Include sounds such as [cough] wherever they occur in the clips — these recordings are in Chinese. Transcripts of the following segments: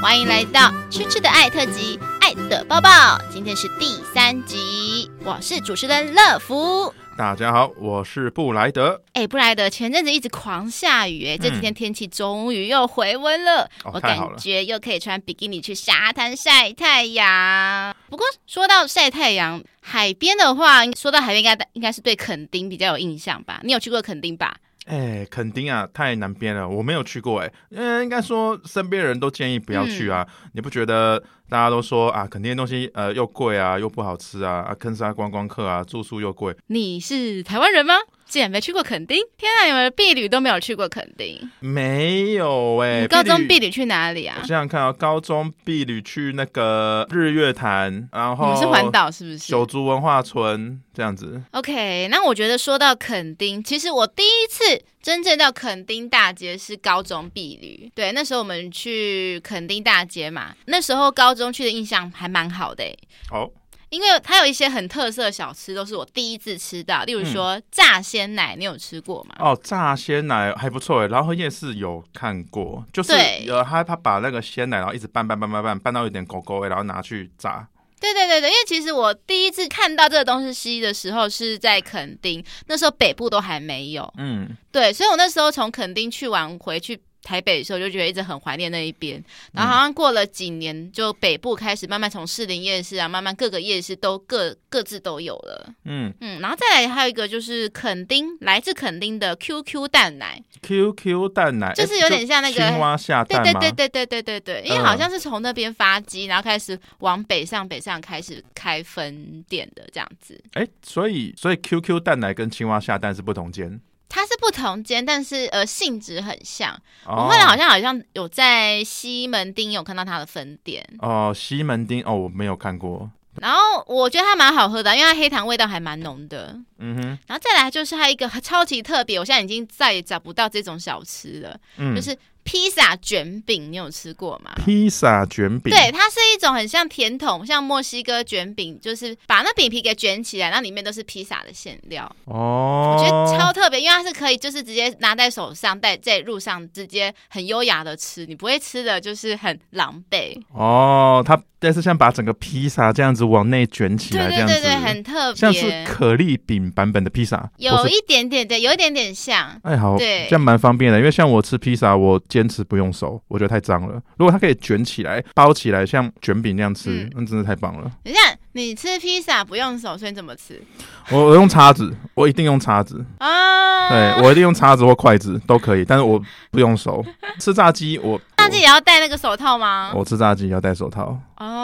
欢迎来到吃吃的爱特辑《爱的抱抱》，今天是第三集，我是主持人乐福。大家好，我是布莱德。哎，布莱德，前阵子一直狂下雨，哎，这几天天气终于又回温了，哦我太感好了觉又可以穿比基尼去沙滩晒太阳。不过说到晒太阳，海边的话，说到海边应该应该是对垦丁比较有印象吧？你有去过垦丁吧？哎，垦丁啊，太南边了，我没有去过哎。嗯，应该说身边人都建议不要去啊。你不觉得大家都说啊，垦丁的东西呃又贵啊，又不好吃啊，啊坑杀观光客啊，住宿又贵。你是台湾人吗？竟然没去过垦丁！天啊，你们的婢女都没有去过垦丁。没有哎、你高中毕婢旅女去哪里我啊？想想看啊，高中毕旅去那个日月潭，然你后们是环岛是不是九族文化村这样子。 ？OK，那我觉得说到垦丁，其实我第一次真正到垦丁大街是高中毕旅。对，那时候我们去垦丁大街嘛，那时候高中去的印象还蛮好的、欸，哦，因为它有一些很特色的小吃都是我第一次吃到，例如说炸鲜奶，你有吃过吗？嗯哦，炸鲜奶还不错哎，然后夜市有看过，就是对呃，他他把那个鲜奶，然后一直拌拌拌拌拌拌到有点狗狗味，然后拿去炸。对对对对，因为其实我第一次看到这个东西的时候是在垦丁，那时候北部都还没有，嗯，对，所以我那时候从垦丁去完回去台北的时候，就觉得一直很怀念那一边。然后好像过了几年，就北部开始慢慢从士林夜市啊，慢慢各个夜市都各各自都有了。嗯嗯，然后再来还有一个就是垦丁，来自垦丁的 QQ 蛋奶， ，QQ 蛋奶就是诶有点像那个青蛙下对蛋对吗？嗯对对对对对对，因为好像是从那边发迹，然后开始往北上北上开始开分店的这样子。哎，所以所以 QQ 蛋奶跟青蛙下蛋是不同间。它是不同间，但是呃性质很像。哦我后来好像好像有在西门町有看到它的分店，哦，西门町哦，我没有看过。然后我觉得它蛮好喝的，因为它黑糖味道还蛮浓的。嗯哼，然后再来就是它一个超级特别，我现在已经再也找不到这种小吃了，嗯，就是披萨卷饼，你有吃过吗？披萨卷饼。对，它是一种很像甜筒，像墨西哥卷饼，就是把那饼皮给卷起来，那里面都是披萨的馅料。哦，我觉得超特别，因为它是可以就是直接拿在手上，带在路上直接很优雅的吃，你不会吃的就是很狼狈。哦，它但是像把整个披萨这样子往内卷起对来，这对样子。对对，很特像是别，可丽饼版本的披萨，有不是一点点对，有一点点像。哎好，对这样蛮方便的，因为像我吃披萨，我坚持不用手，我觉得太脏了。如果它可以卷起来、包起来，像卷饼那样吃，嗯那真的太棒了。你看，你吃披萨不用手，所以你怎么吃我我用叉子，我一定用叉子，啊？对我一定用叉子或筷子都可以，但是我不用手。吃炸鸡，我那自己也要戴那个手套吗？我吃炸鸡要戴手套，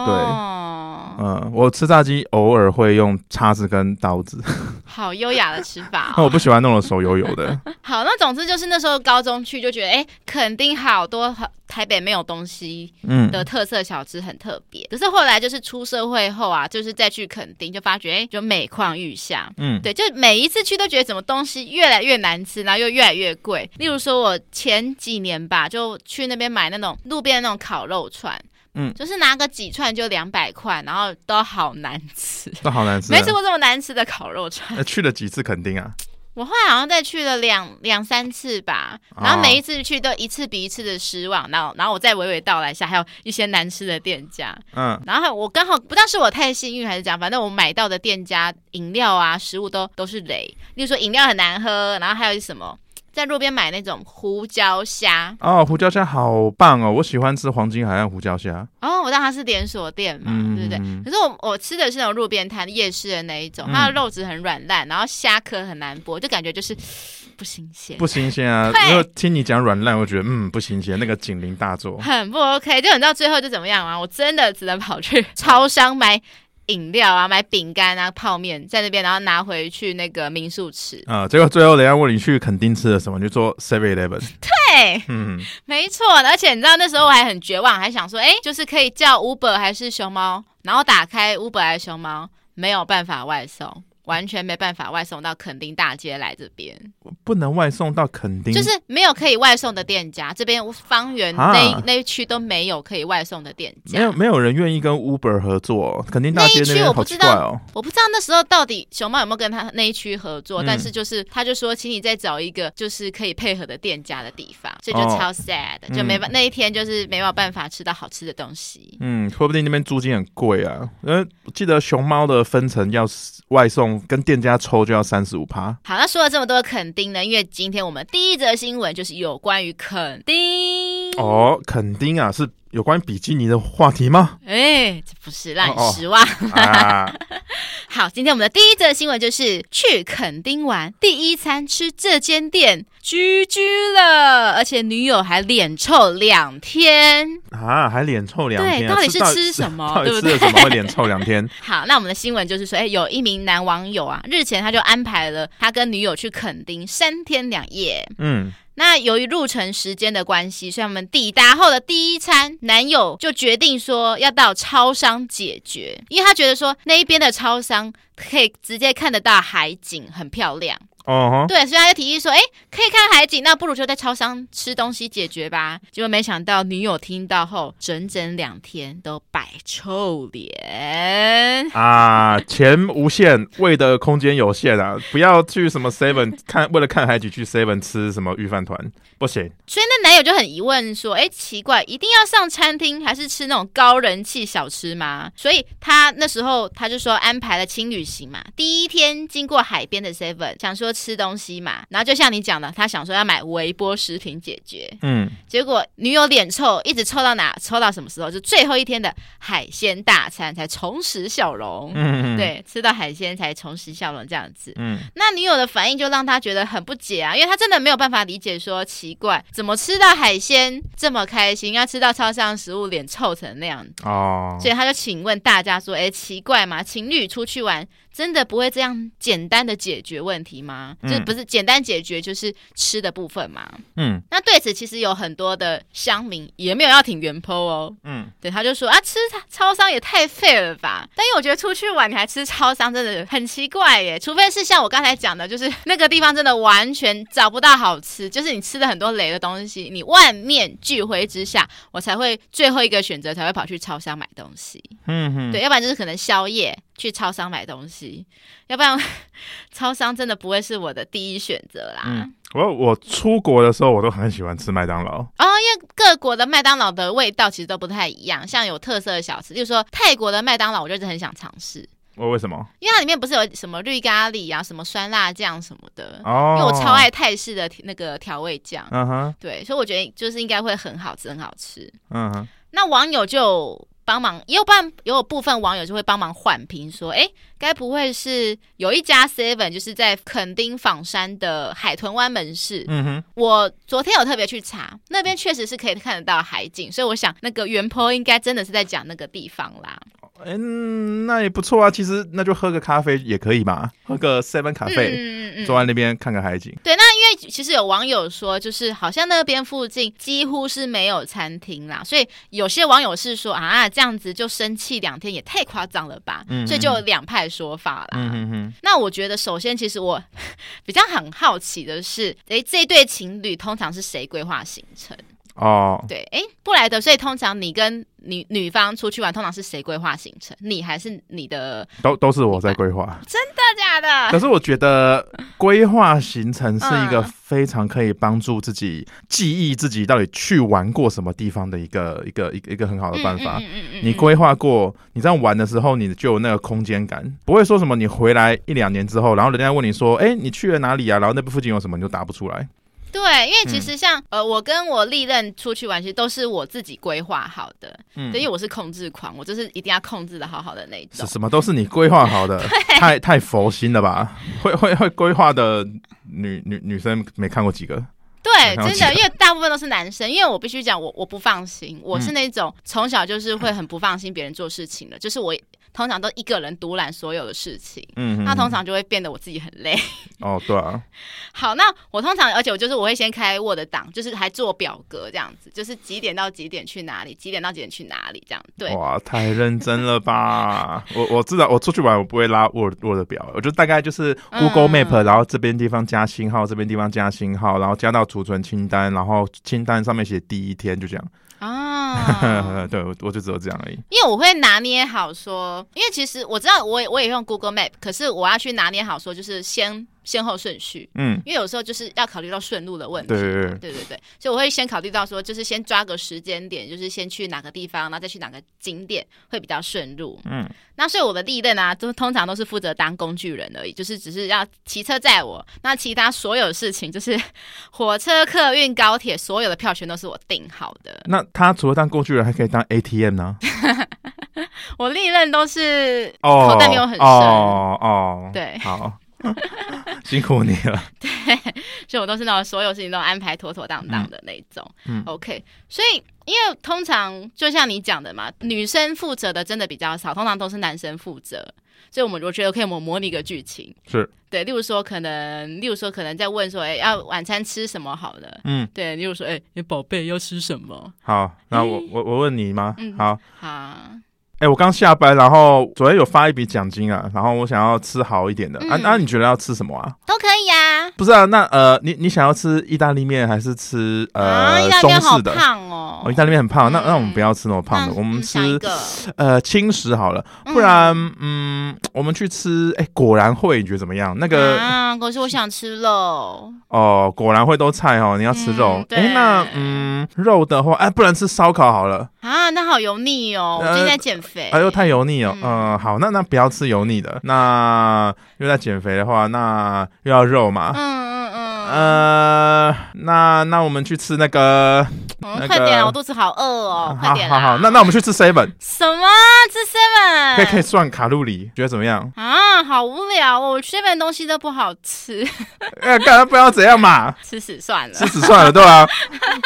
哦，嗯，我吃炸鸡偶尔会用叉子跟刀子，好优雅的吃 [laughs] 法、那哦。我不喜欢弄得手油油的。好，那总之就是那时候高中去就觉得，哎、肯定好多台北没有东西 [laughs] 嗯，的特色小吃很特别。可是后来就是出社会后啊，就是再去垦丁就发觉，哎、就每况愈下。嗯，对，就每一次去都觉得怎么东西越来越难吃，然后又越来越贵。例如说，我前几年吧，就去那边买那种路边那种烤肉串，嗯就是拿个几串就两百块，然后都好难吃，那好难吃 [laughs] 啊。没吃过这么难吃的烤肉串。呃去了几次肯定啊。我后来好像再去了两两三次吧，哦然后每一次去都一次比一次的失望，然后然后我再娓娓道来一下，还有一些难吃的店家。嗯，然后我刚好不知道是我太幸运还是怎样，反正我买到的店家饮料啊、食物都都是雷。例如说饮料很难喝，然后还有什么在路边买那种胡椒虾哦，胡椒虾好棒哦！我喜欢吃黄金海岸胡椒虾。哦，我知道它是连锁店嘛，嗯对不对？嗯可是我我吃的是那种路边摊夜市的那一种，嗯它的肉质很软烂，然后虾壳很难剥，就感觉就是不新鲜。不新鲜 [laughs] 啊！对因为听你讲软烂，我觉得嗯不新鲜。那个警铃大作，很不 OK，就你到最后就怎么样啊？我真的只能跑去 [laughs] 超商买饮料啊，买饼干啊、泡面，在那边然后拿回去那个民宿吃。啊、结果最后人家问你去垦丁吃了什么，你就说 Seven Eleven。对，嗯，没错。而且你知道那时候我还很绝望，还想说，哎，就是可以叫 Uber 还是熊猫，然后打开 Uber 还是熊猫，没有办法外送。完全没办法外送到垦丁大街来这边，不能外送到垦丁，就是没有可以外送的店家，这边方圆啊那一、那一区都没有可以外送的店没有家。没有人愿意跟 Uber 合作，哦垦丁大街那那一区边我好不奇知怪道哦。我不知道那时候到底熊猫有没有跟他那一区合作，嗯但是就是他就说，请你再找一个就是可以配合的店家的地方，所以就哦超 sad，、就没办那一天就是没有办法吃到好吃的东西。嗯，说不定那边租金很贵啊。因为我记得熊猫的分成要外送跟店家抽就要三十五趴，好，那说了这么多垦丁呢，因为今天我们第一则新闻就是有关于垦丁。哦，垦丁啊，是有关比基尼的话题吗？哎、这不是让哦哦你失望。啊， [laughs] 好，今天我们的第一则新闻就是去垦丁玩，第一餐吃这间店居居了，而且女友还脸臭两天。啊，还脸臭两对，天啊、到底是到吃什么，到底对吃不对？了什么会脸臭两天？好，那我们的新闻就是说，哎，有一名男网友啊，日前他就安排了他跟女友去垦丁三天两夜。嗯，那由于路程时间的关系，所以我们抵达后的第一餐，男友就决定说要到超商解决，因为他觉得说那一边的超商可以直接看得到海景，很漂亮。哦吼，对，所以他就提议说，哎，可以看海景，那不如就在超商吃东西解决吧。结果没想到女友听到后，整整两天都摆臭脸。啊，钱无限，胃的空间有限啊！不要去什么 Seven 看，为了看海景去 Seven 吃什么御饭团，不行。所以那男友就很疑问说：“哎，奇怪，一定要上餐厅还是吃那种高人气小吃吗？”所以他那时候他就说安排了轻旅行嘛，第一天经过海边的 Seven，想说吃东西嘛，然后就像你讲的，他想说要买微波食品解决，嗯，结果女友脸臭，一直臭到哪？臭到什么时候？就最后一天的海鲜大餐才重拾笑容。嗯，对，吃到海鲜才重拾笑容这样子。嗯，那女友的反应就让他觉得很不解啊，因为他真的没有办法理解说，奇怪，怎么吃到海鲜这么开心，要吃到超商食物脸臭成那样子。哦，所以他就请问大家说，哎、奇怪嘛，情侣出去玩真的不会这样简单的解决问题吗？嗯就不是简单解决，就是吃的部分嘛。嗯那对此其实有很多的乡民也没有要挺原 PO 哦，嗯，对，他就说啊，吃超商也太废了吧！但因为我觉得出去玩你还吃超商，真的很奇怪耶。除非是像我刚才讲的，就是那个地方真的完全找不到好吃，就是你吃了很多雷的东西，你万念俱灰之下，我才会最后一个选择才会跑去超商买东西。嗯哼，对，要不然就是可能宵夜去超商买东西，要不然 [laughs] 超商真的不会是我的第一选择啦。嗯我我出国的时候，我都很喜欢吃麦当劳。哦，因为各国的麦当劳的味道其实都不太一样，像有特色的小吃，例如说泰国的麦当劳，我就是很想尝试，我为什么？因为它里面不是有什么绿咖喱啊、什么酸辣酱什么的，哦，因为我超。爱泰式的那个调味酱，嗯哼，对，所以我觉得就是应该会很好吃，很好吃。嗯哼，那网友就帮忙，也有半也有部分网友就会帮忙缓评说，诶，该不会是有一家 Seven 就是在垦丁仿山的海豚湾门市，嗯哼，我昨天有特别去查，那边确实是可以看得到海景，所以我想那个原 po 应该真的是在讲那个地方啦。嗯，那也不错啊。其实那就喝个咖啡也可以嘛，喝个 Seven 咖啡，嗯嗯坐在那边看个海景。对，那因为其实有网友说，就是好像那边附近几乎是没有餐厅啦，所以有些网友是说啊，这样子就生气两天也太夸张了吧，嗯嗯所以就有两派说法啦。嗯哼哼，那我觉得，首先其实我 [laughs] 比较很好奇的是，诶，这对情侣通常是谁规划行程？哦，对，哎，布莱德，所以通常你跟女女方出去玩，通常是谁规划行程？你还是你的？都都是我在规划。真的假的？可是我觉得规划行程是一嗯个非常可以帮助自己记忆自己到底去玩过什么地方的一个一个一个一个很好的办法。嗯嗯你规划过，你这样玩的时候，你就有那个空间感，不会说什么你回来一两年之后，然后人家问你说，哎、你去了哪里啊？然后那附近有什么，你就答不出来。对，因为其嗯实像、呃，我跟我历任出去玩，其实都是我自己规划好的，嗯对，因为我是控制狂，我就是一定要控制的好好的那一是种。什么都是你规划 [laughs] 好的，太太佛心了吧？会会会规划的女女女生没看过几个，对，了解真的，因为大部分都是男生，因为我必嗯须讲，我我不放心，我是那种从小就是会很不放心别人做事情的，就是我通常都一个人独揽所有的事情，嗯哼，那通常就会变得我自己很累。 [laughs] 哦，对啊，好，那我通常，而且我就是我会先开 Word 档，就是还做表格这样子，就是几点到几点去哪里，几点到几点去哪里这样。对，哇，太认真了 [laughs] 吧！我我知道，我出去玩我不会拉 Word Word 的表，我就大概就是 Google 嗯 Map，、然后这边地方加星号，这边地方加星号，然后加到储存清单，然后清单上面写第一天，就这样。，啊 [laughs] 对，我我就只有这样而已。因为我会拿捏好说，因为其实我知道我也我也用 Google Map，可是我要去拿捏好说，就是先先后顺序。嗯，因为有时候就是要考虑到顺路的问题，对 [laughs] 对对对对对，所以我会先考虑到说，就是先抓个时间点，就是先去哪个地方，然后再去哪个景点会比较顺路。嗯，那所以我的历任啊，都通常都是负责当工具人而已，就是只是要骑车载我，那其他所有事情就是火车、客运、高铁，所有的票全都是我订好的。那他除了当工具人，还可以当 [laughs] ATM 呢、我历任都是哦，口袋没有很深哦哦，对好， [laughs] 辛苦你了。所以我都是那种所有事情都安排妥妥当当的那一种。嗯 OK，所以因为通常就像你讲的嘛，女生负责的真的比较少，通常都是男生负责。所以我们我觉得可以模模拟一个剧情，是，对，例如说可能，例如说可能在问说，哎、要晚餐吃什么好了？嗯，对，例如说，哎、你宝贝要吃什么？好，[laughs] 那我我我问你吗？嗯好，啊，哎、我刚下班，然后昨天有发一笔奖金啊，然后我想要吃好一点的、啊，嗯那、你觉得要吃什么啊？都可以啊。不是啊，那呃，你你想要吃意大利面还是吃啊，呃意大利中面好式的？胖哦。哦，意大利面很胖，那嗯那我们不要吃那么胖的，那我们嗯想一吃个，呃轻食好了，嗯不然嗯，我们去吃哎、果然会，你觉得怎么样？那个啊，可是我想吃肉。哦，果然会都菜哦，你要吃肉嗯。对哎、那嗯，肉的话，哎、不然吃烧烤好了。啊，那好油腻哦！我最近在减肥。呃哎呦，太油腻哦。嗯、嗯好，那那不要吃油腻的。那又在减肥的话，那又要肉嗯嘛。嗯嗯，呃，那那我们去吃那个，那嗯，个快点啊！我肚子好饿哦，快好点好啦！嗯好，那那我们去吃 seven，什么？这 seven 可以可以算卡路里，觉得怎么样？啊，好无聊哦！我 seven 东西都不好吃， [laughs] 哎、干嘛不要怎样嘛？吃屎算了吃。死算了，对 [laughs] 吧、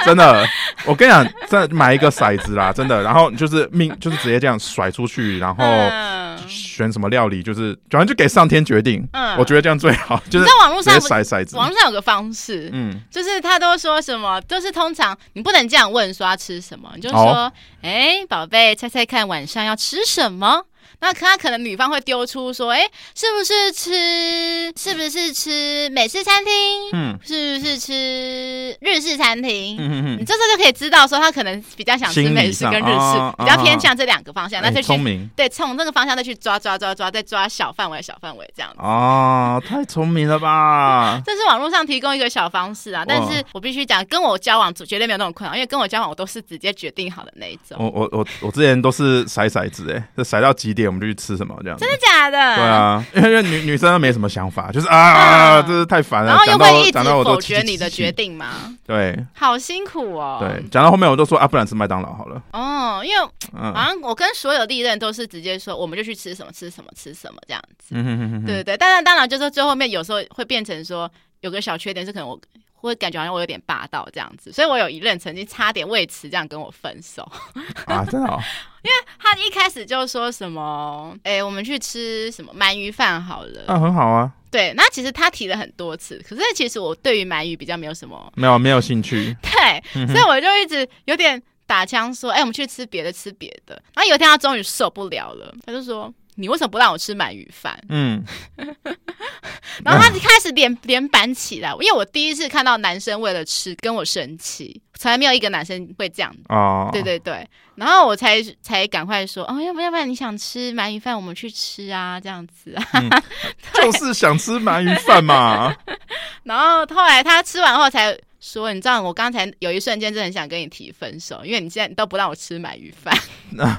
真的，我跟你讲，再买一个骰子啦，真的，然后你就是命， [laughs] 就是直接这样甩出去，然后。嗯，选什么料理，就是反正就给上天决定。嗯我觉得这样最好，就你知是道网络直上接不甩骰子。网络上有个方式，嗯，就是他都说什么，就是通常你不能这样问说要吃什么，你就说哦，哎、宝贝，猜猜看晚上要吃什么？那他可能女方会丢出说，哎、是不是吃，是不是吃美式餐厅？嗯是不是吃日式餐厅？嗯你这时候就可以知道说他可能比较想吃心理美式上跟日式，哦比较哦偏向这两个方向，那哎就去、聪明对从这个方向再去抓抓抓抓，再抓小范围小范围这样子。哦，太聪明了吧 [laughs] ！这是网络上提供一个小方式啊，但是我必须讲，跟我交往绝对没有那种困扰，因为跟我交往我都是直接决定好的那一种，我我我我之前都是甩骰子，哎，就甩到几点我们就去吃什么这样子。真的假的？对。啊，因为因为女女生都没什么想法，就是啊啊，嗯这是太烦了。然后又讲到会一直讲到我都否决气你的气气决定吗？对好辛苦哦。对，，讲到后面我都说啊，不然吃麦当劳好了。哦，因为好嗯像我跟所有历任都是直接说，我们就去吃什么吃什么吃什么这样子。嗯哼哼哼哼对对对，但是当然就是最后面有时候会变成说有个小缺点是可能我。会感觉好像我有点霸道这样子，所以我有一任曾经差点为此这样跟我分手。啊，真的哦，他一开始就说什么，哎、我们去吃什么鳗鱼饭好了。啊，很好啊，对，那其实他提了很多次，可是其实我对于鳗鱼比较没有什么没有没有兴趣。对，嗯哼所以我就一直有点打枪说，哎、我们去吃别的，吃别的。然后有一天他终于受不了了，他就说。你为什么不让我吃鳗鱼饭？嗯，然后他就开始脸脸板起来，因为我第一次看到男生为了吃跟我生气，从来没有一个男生会这样哦，对对对，然后我才才赶快说，哦，要不要不然你想吃鳗鱼饭，我们去吃啊，这样子 [laughs] 啊。就是想吃鳗鱼饭 [laughs] 嘛。然后后来他吃完后才说，你知道我刚才有一瞬间真的很想跟你提分手，因为你现在你都不让我吃鳗鱼饭。 [laughs] 那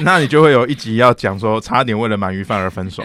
那你就会有一集要讲说，差点为了鳗鱼饭 [laughs] 而分手。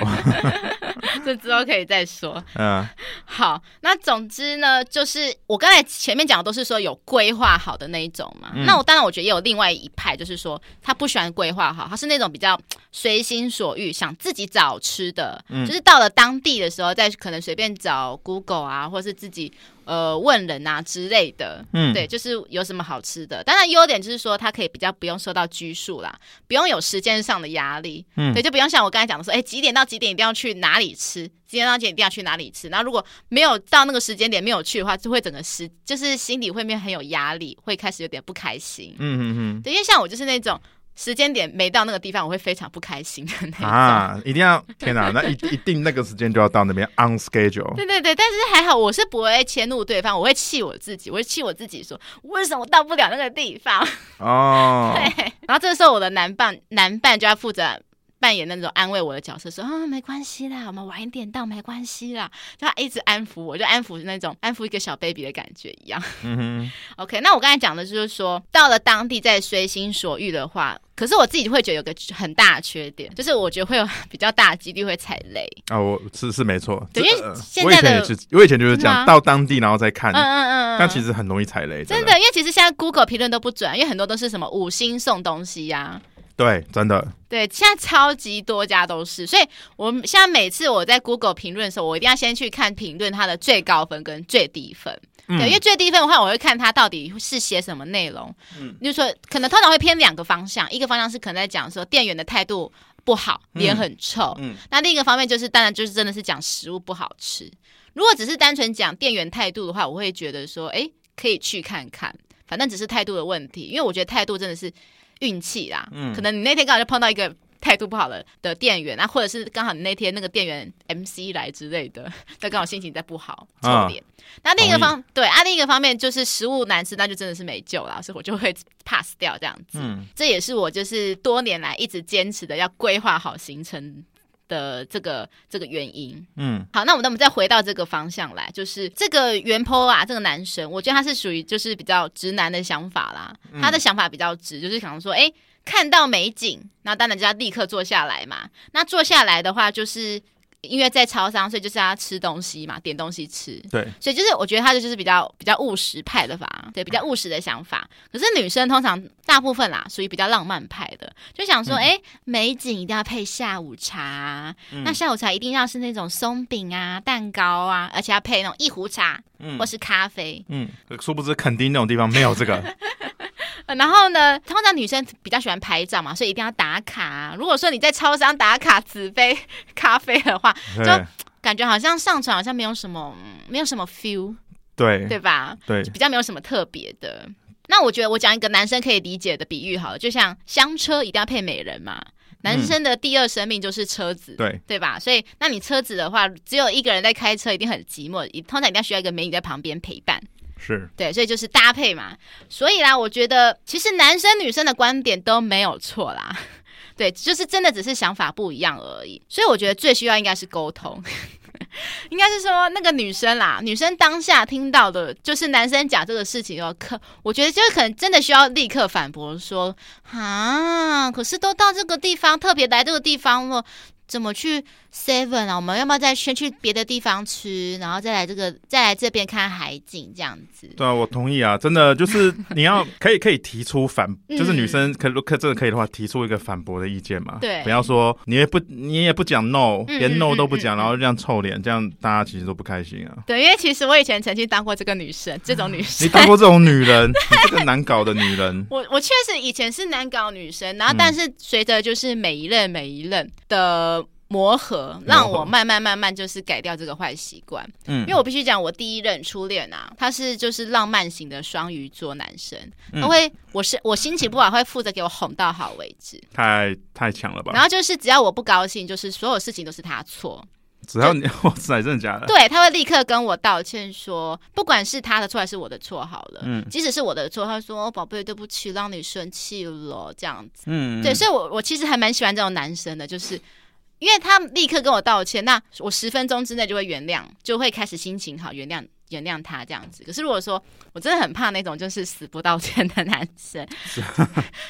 这之后可以再说。嗯好，那总之呢，就是我刚才前面讲的都是说有规划好的那一种嘛。嗯那我当然我觉得也有另外一派，就是说他不喜欢规划好，他是那种比较随心所欲，想自己找吃的，嗯就是到了当地的时候再可能随便找 Google 啊，或是自己呃问人啊之类的。嗯，对，就是有什么好吃的。当然，优点就是说它可以比较不用受到拘束啦，不用有时间上的压力。嗯对，就不用像我刚才讲的说，哎、几点到几点一定要去哪里吃，几点到几点一定要去哪里吃。然后如果没有到那个时间点没有去的话，就会整个时就是心里会面很有压力，会开始有点不开心。嗯嗯对，因为像我就是那种时间点没到那个地方，我会非常不开心的那嗯种。啊，一定要天哪， [laughs] 那一一定那个时间就要到那边 on schedule。对对对，但是还好，我是不会迁怒对方，我会气我自己，我会气我自己说，为什么到不了那个地方？哦，对，然后这时候我的男伴男伴就要负责扮演那种安慰我的角色，说啊没关系啦，我们晚一点到没关系啦，就他一直安抚我，就安抚那种安抚一个小 baby 的感觉一样。嗯 OK，那我刚才讲的就是说，到了当地再随心所欲的话，可是我自己会觉得有个很大的缺点，就是我觉得会有比较大的几率会踩雷。哼，啊，我是是没错，对这因为呃现我以在的前也是，我以前就是真的吗讲到当地然后再看嗯，嗯嗯嗯，啊但其实。实很容易踩雷，真的的，，因为其实现在 Google 评论都不准，啊因为很多都是什么五星送东西呀、对，真的，对，现在超级多家都是，所以我们现在每次我在 Google 评论的时候，我一定要先去看评论它的最高分跟最低分。嗯对，因为最低分的话，我会看它到底是写什么内容。嗯，就是说，可能通常会偏两个方向，一个方向是可能在讲说店员的态度不好，脸很臭。嗯嗯那另一个方面就是，当然就是真的是讲食物不好吃。如果只是单纯讲店员态度的话，我会觉得说，哎，可以去看看，反正只是态度的问题，因为我觉得态度真的是运气啦。嗯可能你那天刚好就碰到一个态度不好的的店员，啊，或者是刚好你那天那个店员 MC 来之类的， [laughs] 他刚好心情在不好，臭啊脸。那另一个方对啊，另一个方面就是食物难吃，那就真的是没救了，所以我就会 pass 掉这样子。嗯这也是我就是多年来一直坚持的要规划好行程的这个这个原因。嗯好，那我们那我们再回到这个方向来，就是这个袁坡啊，这个男神，我觉得他是属于就是比较直男的想法啦，他的想法比较直，就是想说，哎、看到美景，那当然就要立刻坐下来嘛。那坐下来的话，就是因为在超商，所以就是要吃东西嘛，点东西吃。对，所以就是我觉得他就是比较比较务实派的吧，对，比较务实的想法。可是女生通常大部分啦，属于比较浪漫派的，就想说，哎、美景一定要配下午茶啊、那下午茶一定要是那种松饼啊、蛋糕啊，而且要配那种一壶茶嗯或是咖啡、嗯，殊不知垦丁那种地方没有这 [laughs] 个，呃然后呢，通常女生比较喜欢拍照嘛，所以一定要打卡、啊。如果说你在超商打卡纸杯咖啡的话，对感觉好像上传好像没有什么，嗯没有什么 feel，对对吧？对，比较没有什么特别的。那我觉得我讲一个男生可以理解的比喻好了，就像香车一定要配美人嘛，男生的第二生命就是车子，对对吧？所以那你车子的话，只有一个人在开车，一定很寂寞，一通常一定要需要一个美女在旁边陪伴，是，对，所以就是搭配嘛。所以啦，我觉得其实男生女生的观点都没有错啦。对，就是真的只是想法不一样而已，所以我觉得最需要应该是沟通， [laughs] 应该是说那个女生啦，女生当下听到的就是男生讲这个事情哦，可我觉得就是可能真的需要立刻反驳说啊，可是都到这个地方，特别来这个地方了，怎么去 Seven 啊？我们要不要再先去别的地方吃，然后再来这个再来这边看海景这样子？对啊，我同意啊，真的就是 [laughs] 你要可以可以提出反，嗯就是女生可可真的可以的话，提出一个反驳的意见嘛，对不要说你也不你也不讲 no，嗯连 no 嗯都不讲，嗯嗯然后这样臭脸，这样大家其实都不开心啊。对，因为其实我以前曾经当过这个女生，这种女你生。当过这种女人，你这个难搞的女人， [laughs] 我我确实以前是难搞女生，然后嗯但是随着就是每一任每一任的磨合，让我慢慢慢慢就是改掉这个坏习惯。嗯因为我必须讲，我第一任初恋啊，他是就是浪漫型的双鱼座男生，嗯他会我是我心情不好，他会负责给我哄到好为止。太太强了然吧？后就是只要我不高兴，就是所有事情都是他错。只要你，哇塞，真的假的？对，他会立刻跟我道歉说，不管是他的错还是我的错，好了，嗯即使是我的错，他说、哦宝贝，对不起，让你生气了，这样子。嗯对，所以我我其实还蛮喜欢这种男生的，就是因为他立刻跟我道歉，那我十分钟之内就会原谅，就会开始心情好，原谅。原谅他这样子，可是如果说我真的很怕那种就是死不道歉的男生， [laughs]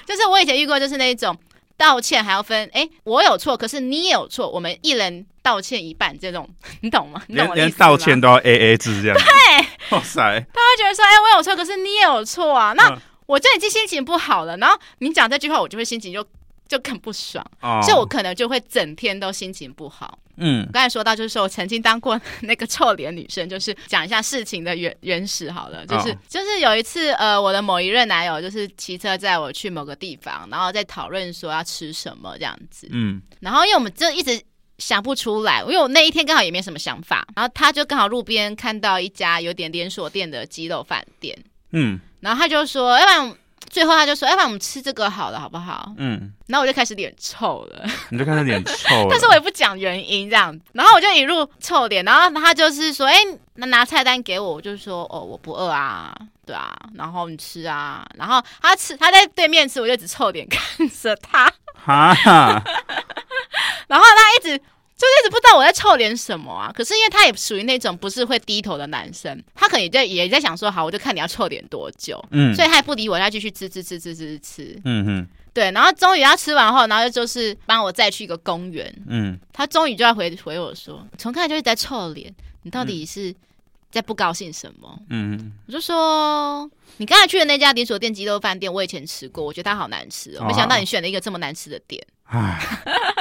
就是我以前遇过，就是那种道歉还要分，哎、我有错，可是你也有错，我们一人道歉一半这种，你懂吗？你懂连我的意连思吗道歉都要 A A 制这样子。对，哇塞，他会觉得说，哎、我有错，可是你也有错啊。那、嗯我就已经心情不好了，然后你讲这句话，我就会心情就就更不爽，哦所以我可能就会整天都心情不好。嗯我，刚才说到，就是说我曾经当过 [laughs] 那个臭脸女生，就是讲一下事情的原原始好了，就是、哦就是有一次，呃，我的某一任男友就是骑车载我去某个地方，然后在讨论说要吃什么这样子，嗯，然后因为我们就一直想不出来，因为我那一天刚好也没什么想法，然后他就刚好路边看到一家有点连锁店的鸡肉饭店，嗯，然后他就说，要不然我们最后他就说，要不然我们吃这个好了，好不好？嗯，然后我就开始脸臭了。你就看他脸臭了。 [laughs] 但是我也不讲原因这样，然后我就一路臭脸，然后他就是说，哎、那拿菜单给我，我就说，哦，我不饿啊，对啊，然后你吃啊，然后他吃，他在对面吃，我就只臭脸 [laughs] 看着他，哈哈，然后他一直就是一直不知道我在臭脸什么啊，可是因为他也属于那种不是会低头的男生，他可能也在也在想说，好，我就看你要臭脸多久。嗯，所以他也不理我，他继续吃吃吃吃吃吃，嗯嗯对，然后终于他吃完后，然后就是帮我再去一个公园，嗯，他终于就要回回我说，从开始就一直在臭脸，你到底是在不高兴什么？嗯，我就说，你刚才去的那家连锁店鸡肉饭店，我以前吃过，我觉得它好难吃、哦，哦没想到你选了一个这么难吃的店，唉，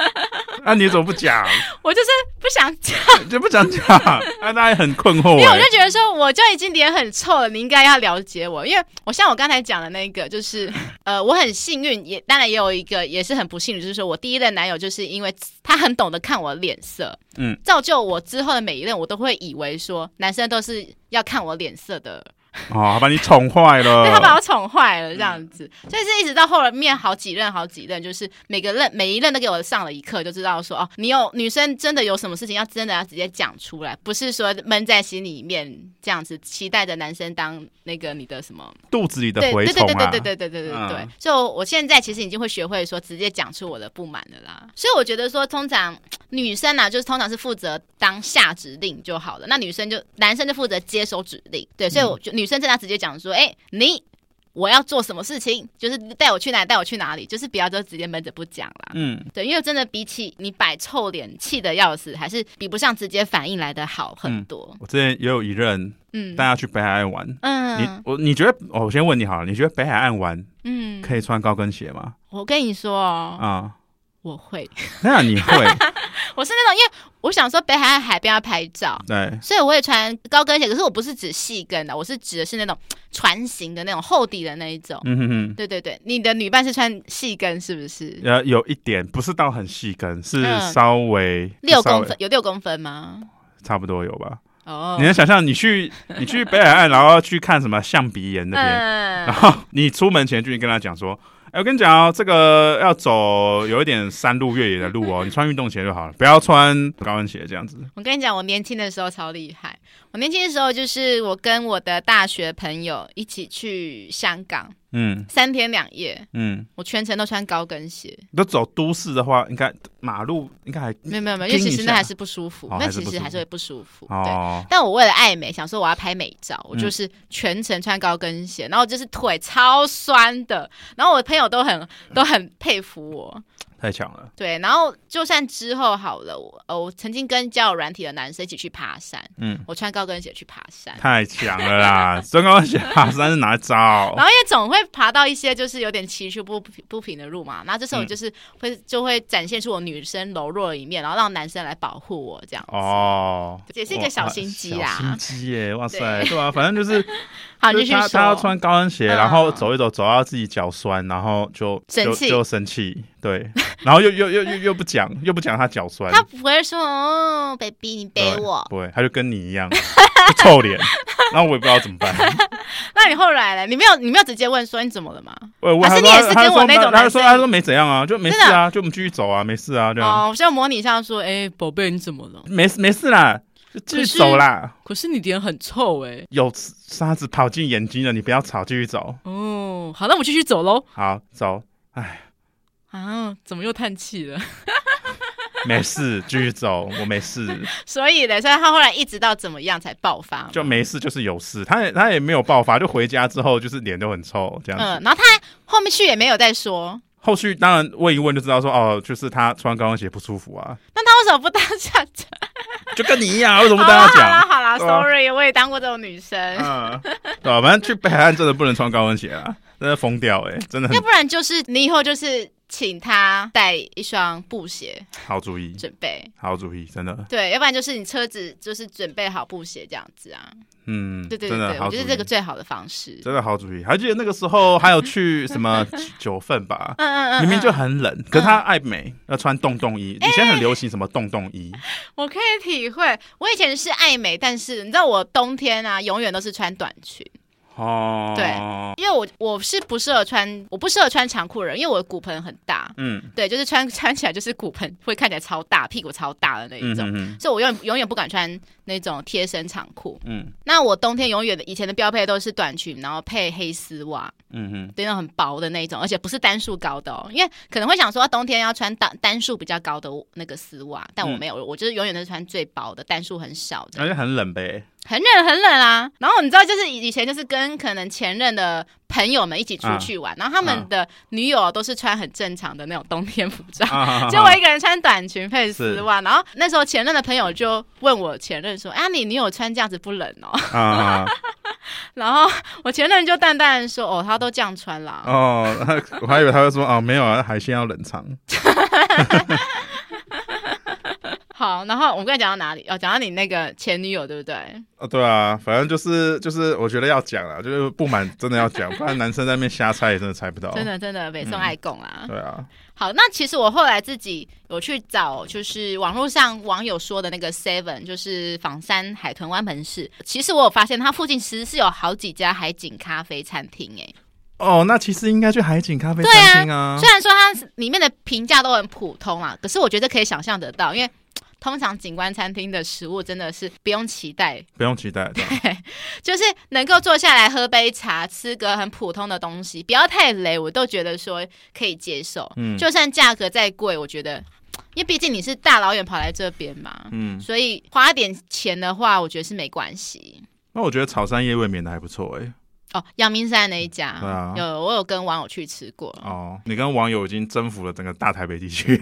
[laughs] 那、你怎么不讲？我就是不想讲，就不想讲，啊，大家很困惑因为我哎就，觉得说，我就已经脸很臭了，你应该要了解我，因为我像我刚才讲的那个，就是 [laughs] 呃，我很幸运，也当然也有一个也是很不幸的，就是说我第一任男友就是因为他很懂得看我脸色，嗯，造就我之后的每一任，我都会以为说男生都是要看我脸色的哦，他把你宠坏对他把了，我宠坏了这样子，所以是一直到后面好几任好几任，就是每个任每一任都给我上了一课，就知道说哦，你有女生真的有什么事情要真的要直接讲出来，不是说闷在心里面这样子，期待着男生当那个你的什么？肚子里的对蛔对虫对对啊，对对对对对对对嗯。所以我现在其实已经会学会说直接讲出我的不满了啦。所以我觉得说，通常女生啊，就是通常是负责当下指令就好了，那女生就男生就负责接收指令。对，所以我就女生真的要直接讲说，哎、你。我要做什么事情，就是带我去哪里，带我去哪里，就是不要就直接闷着不讲啦。嗯对，因为真的比起你摆臭脸气的要死，还是比不上直接反应来的好很多。我之前也有一任嗯带他去北海岸玩，你嗯我你觉得，哦我先问你好了，你觉得北海岸玩嗯，可以穿高跟鞋吗？我跟你说哦，啊，我会。那 [laughs] 你会我是那种，因为我想说北海岸海边要拍照，对，所以我也穿高跟鞋。可是我不是指细跟的，我是指的是那种船型的那种厚底的那一种。嗯哼哼。对对对，你的女伴是穿细跟是不是？呃，有一点不是到很细跟，是嗯稍微六稍公微分有六公分吗？差不多有吧？哦你，能想象你去你去北海岸，然后去看什么象鼻岩那边，然嗯，后你出门前就已经跟他讲说， [laughs] 哎、我跟你讲哦，这个要走有一点山路越野 [laughs] 的路哦，你穿运动鞋就好了，不要穿高跟鞋这样子。我跟你讲，我年轻的时候超厉害。我年轻的时候就是我跟我的大学朋友一起去香港嗯三天两夜，嗯，我全程都穿高跟鞋。都走都市的话，应该马路应该还没有没有没有，因为盯一其实那下还是不舒服，哦那还是其不实舒还是服会不舒服。对。哦，但我为了爱美，想说我要拍美照，我嗯就是全程穿高跟鞋，然后就是腿超酸的，然后我的朋友都很都很佩服我，太强了。对，然后就算之后好了，我呃我曾经跟交友软体的男生一起去爬山，嗯我穿高跟鞋去爬山，太强 [laughs] 了啦！穿高跟鞋爬山是哪招然？后也总会爬到一些就是有点崎岖不不平的路嘛，然后这时候我嗯就是会、就会展现出我女生柔弱的一面，然后让男生来保护我这样子，哦，也是一个小心机哇小啦心。机耶！哇塞，对对啊吧、反正就是，好，啊你就继是续他他要说。穿高跟鞋，嗯然后走一走，走到自己脚酸，然后就生就气就生气，对， [laughs] 然后又又又又又不讲，又不讲他脚酸，他不会说哦，baby，你背对我，不会，他就跟你一样就臭脸， [laughs] 然后我也不知道怎么办。 [laughs] 那你后来呢？你没有，你没有直接问说你怎么了吗？我也问还是他说，你也是他跟我说那种他男说生他说没怎样啊，就没事啊，就我们继续走啊，没嗯事啊，这样哦，我现在模拟一下说，哎、宝贝，你怎么了？没事没事啦，就继续走啦。可是你脸很臭哎、有沙子跑进眼睛了，你不要吵，继续走。哦，好，那我们继续走喽。好，走，啊，怎么又叹气了？ [laughs] 没事，继续走，我没事。所以呢，所以他后来一直到怎么样才爆发嘛？就没事就是有事，他也他也没有爆发，就回家之后就是脸都很臭这样子。嗯，然后他后面去也没有再说。后续当然问一问就知道说哦，就是他穿高跟鞋不舒服啊，那他为什么不当下讲？ [laughs] 就跟你一样，为什么好不跟他啦好啦讲？好啦对啊，sorry，我也当过这种女生，嗯， [laughs] 对啊吧、反正去北海岸真的不能穿高跟鞋啊，真的疯掉哎、真的很要不然就是你以后就是请他带一双布鞋好主意，准备。好主意，真的，对，要不然就是你车子就是准备好布鞋这样子啊。嗯，对对真对的对，好我主觉意得，这个最好的方式。真的好主意。还记得那个时候还有去 [laughs] 什么九份吧？嗯嗯嗯，明明就嗯很冷，可是他爱美，要穿洞洞衣。以前很流行什么洞洞衣，我可以体会。我以前是爱美，但是你知道我冬天啊，永远都是穿短裙，哦，对，因为我我是不适合穿，我不适合穿长裤的人，因为我的骨盆很大。嗯对，就是穿 [laughs] 穿起来就是骨盆会看起来超大，屁股超大的那一嗯种。嗯嗯所以我永远永远不敢穿那种贴身长裤。嗯那我冬天永远的以前的标配都是短裙，然后配黑丝袜，嗯嗯，对，那种很薄的那一种，而且不是单数高的哦，因为可能会想说冬天要穿单单数比较高的那个丝袜，但我没有，我就是永远都是穿最薄的，单数很少的，而且哎很 [laughs] 冷呗。很冷很冷啊。然后你知道，就是以以前就是跟可能前任的朋友们一起出去玩，然后他们的女友都是穿很正常的那种冬天服装，啊就我一个人穿短裙配丝袜，然后那时候前任的朋友就问我前任说：“啊，你女友穿这样子不冷哦啊？”然后我前任就淡淡地说：“哦，她都这样穿啦。哦，我还以为他会说哦，没有啊，海鲜要冷藏。好，然后我们刚才讲到哪里？哦，讲到你那个前女友对不对？啊，对啊，反正就是就是，我觉得要讲了，就是不满真的要讲，不然男生在那边瞎猜也真的猜不到。真，的真的北宋爱共啊。对啊，好，那其实我后来自己有去找，就是网络上网友说的那个 Seven，就是仿山海豚湾门市。其实我有发现，它附近其实是有好几家海景咖啡餐厅诶、哦，那其实应该去海景咖啡对啊餐厅啊虽然说它里面的评价都很普通啦，可是我觉得可以想象得到，因为。通常景观餐厅的食物真的是不用期待，不用期待，对就是能够坐下来喝杯茶，吃个很普通的东西，不要太雷，我都觉得说可以接受。[laughs] 嗯就算价格再贵，我觉得，因为毕竟你是大老远跑来这边嘛，嗯，所以花点钱的话，我觉得是没关系。那我觉得草山夜未眠的还不错哎、哦，阳明山那一家，对啊有我有跟网友去吃过，哦，你跟网友已经征服了整个大台北 [laughs] 地区，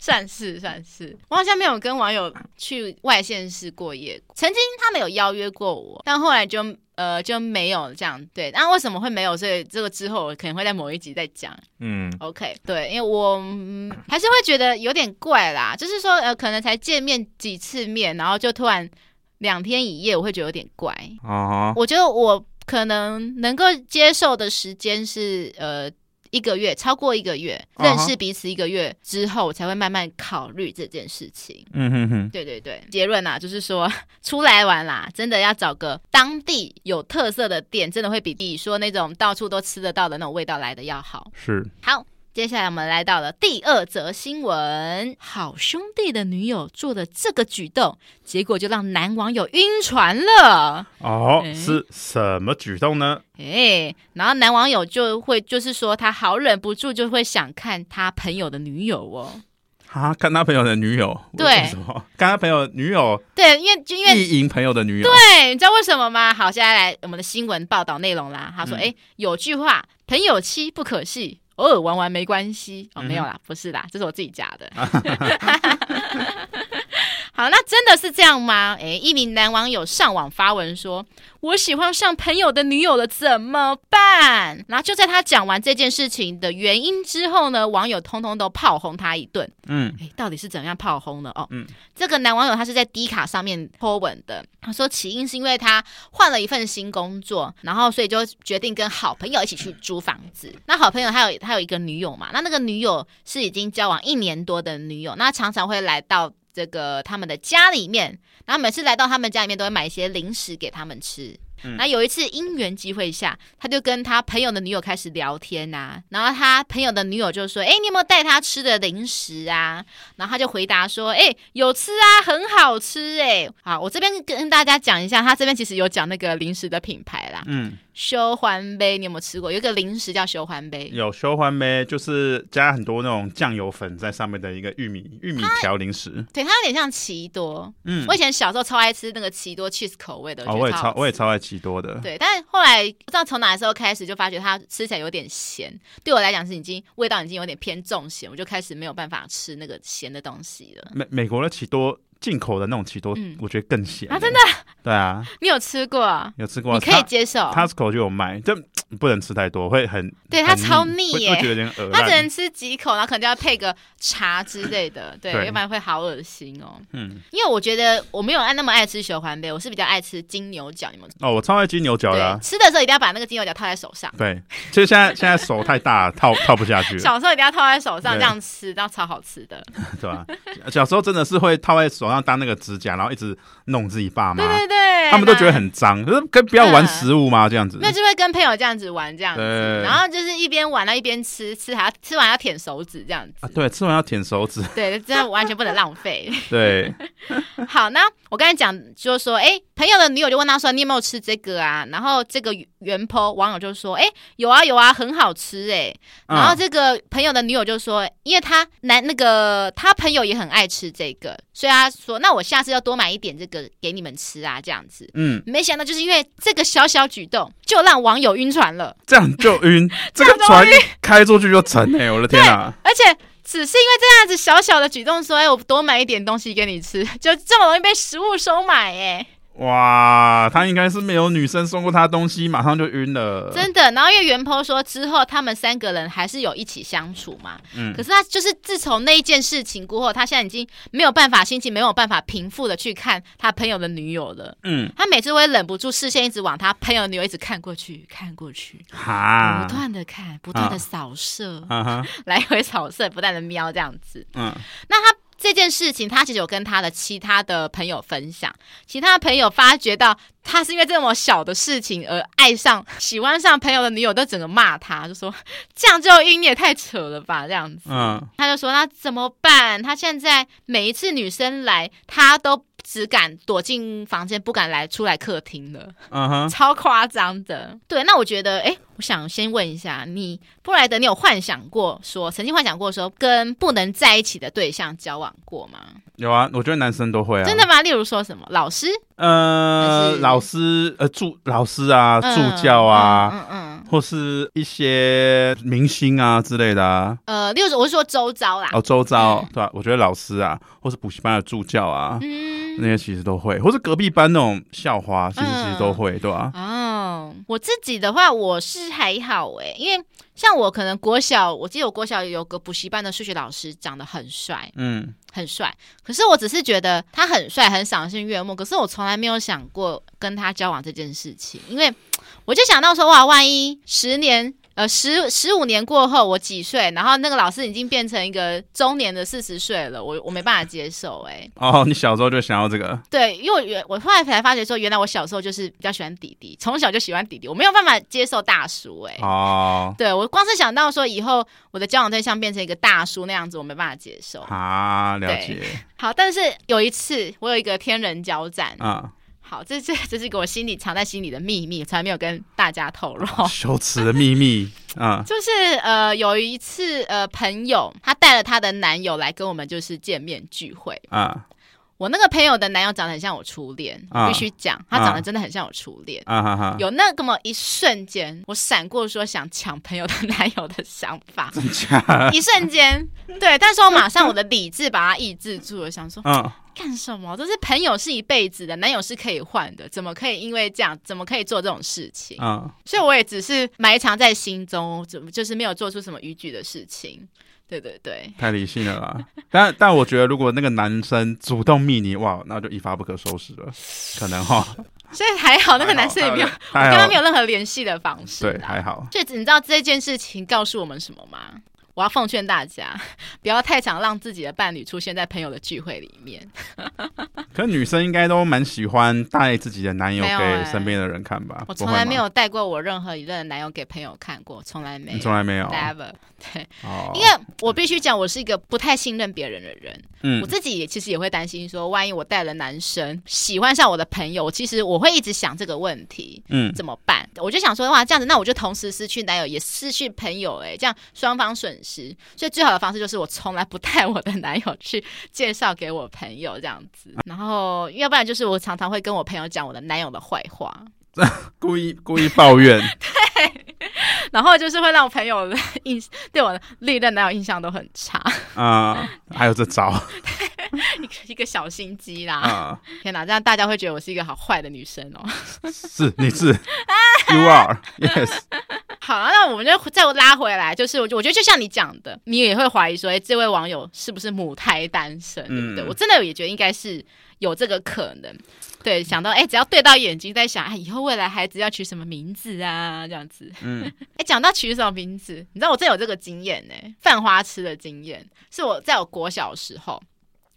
算是算是，我好像没有跟网友去外县市过夜。曾经他们有邀约过我，但后来就呃就没有这样。对，那为什么会没有？所以这个之后我可能会在某一集再讲。嗯 OK，对，因为我、嗯还是会觉得有点怪啦，就是说呃可能才见面几次面，然后就突然两天一夜，我会觉得有点怪。啊哈，我觉得我可能能够接受的时间是呃一个月，超过一个月，啊认哈识彼此一个月之后，我才会慢慢考虑这件事情。嗯哼哼，对对对，结论啊，就是说 [laughs] 出来玩啦，真的要找个当地有特色的店，真的会比你说那种到处都吃得到的那种味道来的要好。是好。接下来我们来到了第二则新闻，好兄弟的女友做的这个举动，结果就让男网友晕船了。哦，哎是什么举动呢？哎、然后男网友就会就是说他好忍不住就会想看他朋友的女友哦，啊，看他朋友的女友，对为什么？看他朋友女友对，因为就因为意淫朋友的女友，对，你知道为什么吗？好，现在来我们的新闻报道内容啦。他说，哎、有句话，朋友妻不可戏，偶尔玩玩没关系。哦，没有啦，不是啦，这是我自己加的。 [laughs] 好，那真的是这样吗？哎，一名男网友上网发文说：“我喜欢上朋友的女友了，怎么办？”然后就在他讲完这件事情的原因之后呢，网友通通都炮轰他一顿。嗯哎，到底是怎样炮轰的哦？嗯这个男网友他是在 D 卡上面 po 文的，他说起因是因为他换了一份新工作，然后所以就决定跟好朋友一起去租房子。那好朋友他有他有一个女友嘛，那那个女友是已经交往一年多的女友，那常常会来到。这个他们的家里面，然后每次来到他们家里面，都会买一些零食给他们吃。嗯那有一次因缘机会下，他就跟他朋友的女友开始聊天啊，然后他朋友的女友就说：“哎、你有没有带他吃的零食啊？”然后他就回答说：“哎、有吃啊，很好吃哎、好，我这边跟大家讲一下，他这边其实有讲那个零食的品牌啦，嗯，修环杯，你有没有吃过？有一个零食叫修环杯，有修欢呗，就是加很多那种酱油粉在上面的一个玉米玉米条零食，对，它有点像奇多。嗯我以前小时候超爱吃那个奇多 cheese 口味的，哦，我我觉也得超好吃我也超爱奇多的，对，但后来不知道从哪时候开始，就发觉它吃起来有点咸，对我来讲是已经味道已经有点偏重咸，我就开始没有办法吃那个咸的东西了。美美国的奇多进口的那种奇多嗯，我觉得更咸啊真的？对啊，你有吃过啊？有吃过你啊，可以接受？它 Costco 就有卖，但不能吃太多，会很对很它超腻会耶会觉得有点恶他只烂。能吃几口，然后可能就要配个茶之类 [laughs] 的，对，对要不然会好恶心哦。嗯，因为我觉得我没有爱那么爱吃球环杯，我是比较爱吃金牛角，你们哦，我超爱金牛角的啊对，吃的时候一定要把那个金牛角套在手上，对，其实现在现在手太大，套套不下去，小时候一定要套在手上对这样吃，这样超好吃的。对吧？小时候真的是会套在手上当那个指甲，然后一直弄自己爸妈对，对对，他们都觉得很脏，就是跟不要玩嗯食物嘛，这样子。那就会跟朋友这样子玩这样子，对然后就是一边玩到一边吃，吃还要吃完要舔手指这样啊子，，对，吃完要舔手指，对，真的完全不能浪费。对，好，那我刚才讲就是说，哎、朋友的女友就问他说，你有没有吃这个啊？然后这个原 po 网友就说，哎、有啊有啊，很好吃哎、[laughs] 嗯然后这个朋友的女友就说，因为他男那个他朋友也很爱吃这个，所以他说，那我下次要多买一点这个给你们吃啊，这样子。嗯，没想到，就是因为这个小小举动，就让网友晕船了。这样就 [laughs] 晕，这样个就船开出去就沉哎、我的天啊！而且只是因为这样子小小的举动，说：“哎、我多买一点东西给你吃，就这么容易被食物收买、哎，哇，他应该是没有女生送过他东西，马上就晕了。真的。然后因为袁坡说之后他们三个人还是有一起相处嘛，嗯可是他就是自从那一件事情过后，他现在已经没有办法心情没有办法平复的去看他朋友的女友了。嗯，他每次会忍不住视线一直往他朋友的女友一直看过去，看过去，哈不，断的看，不断的啊扫射，啊哈，来回扫射，不断的瞄这样子。嗯，这件事情，他其实有跟他的其他的朋友分享，其他的朋友发觉到他是因为这么小的事情而爱上、 [laughs] 喜欢上朋友的女友，都整个骂他，就说这样就晕，你也太扯了吧，这样子。嗯，他就说那怎么办？他现在每一次女生来，他都只敢躲进房间，不敢来出来客厅了。嗯哼，超夸张的。对，那我觉得，哎、我想先问一下你，布莱德，你有幻想过说，曾经幻想过说跟不能在一起的对象交往过吗？有啊，我觉得男生都会啊。真的？吗？例如说什么老师、还呃是，老师，呃，助老师啊，嗯助教啊。嗯嗯嗯，或是一些明星啊之类的啊，呃，例如说我是说周遭啦，哦，周遭、对吧、我觉得老师啊，或是补习班的助教啊，嗯。那些其实都会，或是隔壁班那种校花，其实嗯其实都会，对吧、哦，我自己的话，我是还好诶、因为像我可能国小，我记得我国小有个补习班的数学老师，长得很帅，嗯，很帅。可是我只是觉得他很帅，很赏心悦目。可是我从来没有想过跟他交往这件事情，因为我就想到说，哇，万一十年。呃，十十五年过后，我几岁？然后那个老师已经变成一个中年的四十岁了，我我没办法接受哎、哦，你小时候就想要这个，对，因为我原我后来才发觉说，原来我小时候就是比较喜欢弟弟，从小就喜欢弟弟，我没有办法接受大叔哎、哦，对我光是想到说以后我的交往对象变成一个大叔那样子，我没办法接受。啊，了解好，但是有一次我有一个天人交战，啊，好，这这 [laughs] 这是一个我心里藏在心里的秘密，从来没有跟大家透露。羞耻的秘密啊， [laughs] 就是呃，有一次呃，朋友她带了她的男友来跟我们就是见面聚会。啊我那个朋友的男友长得很像我初恋，啊必须讲，他长得真的很像我初恋。啊哈哈，有那么一瞬间，我闪过说想抢朋友的男友的想法，真假？ [laughs] 一瞬间，对，但是我马上我的理智把它抑制住了，想说嗯，干什么？这是朋友是一辈子的，男友是可以换的，怎么可以因为这样，怎么可以做这种事情？嗯，所以我也只是埋藏在心中，怎么就是没有做出什么逾矩的事情。对对对，太理性了啦。 [laughs] 但但我觉得，如果那个男生主动密你，哇，那就一发不可收拾了，可能哈。所以还哦好那个男生也 [laughs] 没有，我还跟好他没有任何联系的方式。哎对，还。好。所以你知道这件事情告诉我们什么吗？我要奉劝大家， [laughs] 不要太常让自己的伴侣出现在朋友的聚会里面。可女生应该都蛮喜欢带自己的男友没有给欸身边的人看吧？我不从会来吗没，有带过我任何一任男友给朋友看过，从来没你有从来没有。 ，never。对，哦因为我必须讲，我是一个不太信任别人的人，我嗯自己也其实也会担心说，万一我带了男生喜欢上我的朋友，其实我会一直想这个问题。嗯，怎么办？我就想说，哇，这样子，那我就同时失去男友，也失去朋友、欸，哎，这样双方损失。所以最好的方式就是我从来不带我的男友去介绍给我朋友这样子，嗯然后要不然就是我常常会跟我朋友讲我的男友的坏话，故意故意抱 [laughs] 怨，然后就是会让我朋友的印对我的历任男友印象都很差。 [laughs] 啊、还有这招，一个小心机啦。啊，天哪，这样大家会觉得我是一个好坏的女生哦。 [laughs] 是你是 you are yes，好，那我们就再拉回来，就是我觉我觉得就像你讲的，你也会怀疑说，哎、这位网友是不是母胎单身，对不对？嗯我真的也觉得应该是有这个可能。对，想到哎、只要对到眼睛，在想哎，以后未来孩子要取什么名字啊？这样子。嗯，哎、讲到取什么名字，你知道我真有这个经验呢、犯花痴的经验，是我在我国小的时候，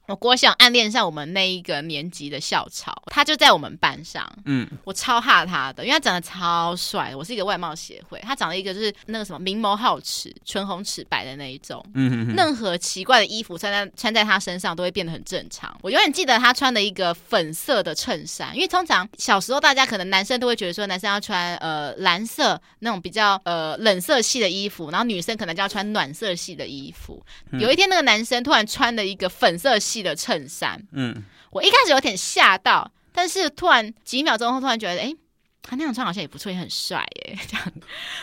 我国小暗恋上我们那一个年级的校草，他就在我们班上，嗯，我超怕他的，因为他长得超帅，我是一个外貌协会，他长得一个就是那个什么明眸皓齿、唇红齿白的那一种，嗯嗯任何奇怪的衣服穿在穿在他身上都会变得很正常。我永远记得他穿的一个粉色的衬衫，因为通常小时候大家可能男生都会觉得说男生要穿呃蓝色那种比较呃冷色系的衣服，然后女生可能就要穿暖色系的衣服。有一天那个男生突然穿了一个粉色系的衬衫，嗯我一开始有点吓到，但是突然几秒钟后，突然觉得，诶，他那样穿好像也不错，也很帅耶，这样。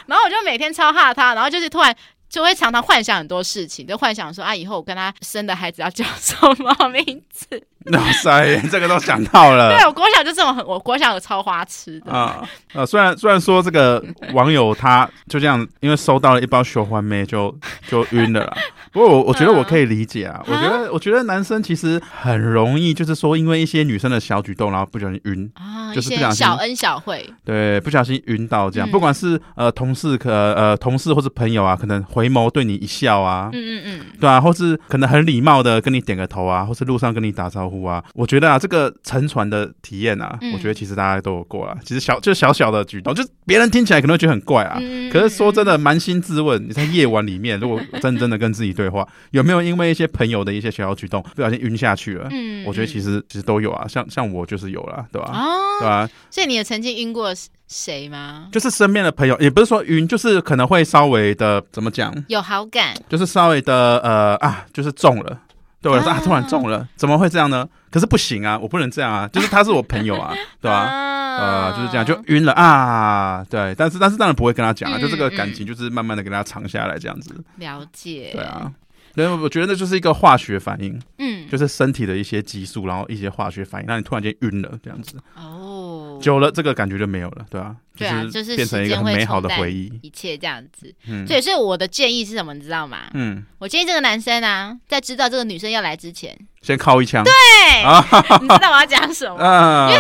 然后我就每天超怕他，然后就是突然就会常常幻想很多事情，就幻想说啊，以后我跟他生的孩子要叫什么名字？嗯，哇塞，这个都想到了对，我国小就这种很，我国小有超花痴的。啊啊！虽然虽然说这个网友他就这样，因为收到了一包小欢妹就就晕了啦。不过我我觉得我可以理解啊，我觉得我觉得男生其实很容易，就是说因为一些女生的小举动，然后不小心晕，啊，一就是些不小心小恩小惠，对，不小心晕到这样。嗯不管是呃同事可呃同事或是朋友啊，可能回眸对你一笑啊，嗯嗯嗯，对啊，或是可能很礼貌的跟你点个头啊，或是路上跟你打招呼啊。我觉得啊，这个乘船的体验啊，嗯我觉得其实大家都有过啊。其实小就小小的举动，就别人听起来可能会觉得很怪啊。嗯可是说真，的，扪心自问，你在夜晚里面，如果认真的跟自己对话，有没有因为一些朋友的一些小小举动，不小心晕下去了？嗯我觉得其实实其实都有啊，像像我就是有啦，对吧、哦，对啊，所以你有曾经晕过谁吗？就是身边的朋友，也不是说晕，就是可能会稍微的怎么讲，有好感，就是稍微的呃啊，就是中了，对我来说啊啊突然中了，怎么会这样呢？可是不行啊，我不能这样啊，就是他是我 [laughs] 朋友啊，对吧、啊？啊呃，就是这样，就晕了啊，对，但是但是当然不会跟他讲啊，嗯就这个感情就是慢慢的跟他藏下来这样子，了解，对，啊，对，我觉得那就是一个化学反应，嗯，就是身体的一些激素，然后一些化学反应，让你突然间晕了这样子，哦，久了这个感觉就没有了，对啊，对啊就是变成一个时间很会美好的冲淡回忆，一切这样子。嗯对，所以我的建议是什么，你知道吗？嗯，我建议这个男生啊，在知道这个女生要来之前，先敲一枪，对，你知道我要讲什么？因为 [laughs]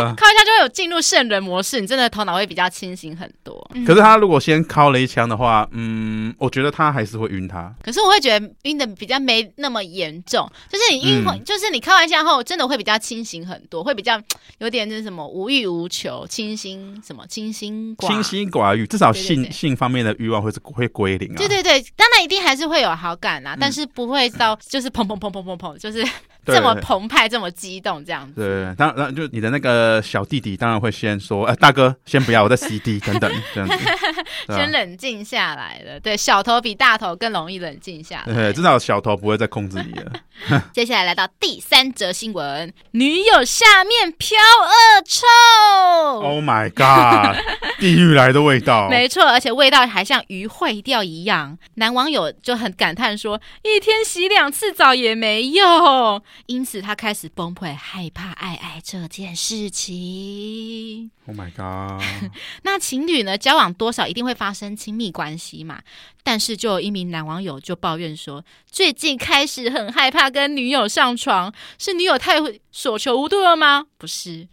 啊，靠一下就会有进入圣人模式，你真的头脑会比较清醒很多。嗯可是他如果先敲了一枪的话，嗯，我觉得他还是会晕他。可是我会觉得晕的比较没那么严重，就是你晕嗯会，就是你开玩笑后，真的会比较清醒很多，会比较有点就是什么无欲无求、清新什么清新寡清心寡欲，至少对对性对性方面的欲望会是会归零啊。嗯对对对，当然一定还是会有好感啦，啊但是不会到就是砰砰砰砰砰砰，就是对这么澎湃、这么激动这样对子。对对当然就你的那个小弟弟当然会先说，呃，大哥先不要，我在 CD 等 [laughs] 等这样子，对先啊冷静下来了，对，小头比大头更容易冷静下对来对，。至少小头不会再控制你 [laughs] 了。接下来来到第三则新闻，女友下面飘恶臭。 Oh my god，地狱来的味道。哦 [laughs] 没错，而且味道还像鱼坏掉一样。男网友就很感叹说：“一天洗两次澡也没用。”因此，他开始崩溃，害怕爱爱这件事情。 Oh my god， [laughs] 那情侣呢，交往多少一定会发生亲密关系嘛？但是就有一名男网友就抱怨说，最近开始很害怕跟女友上床，是女友太所求无度了吗？不是。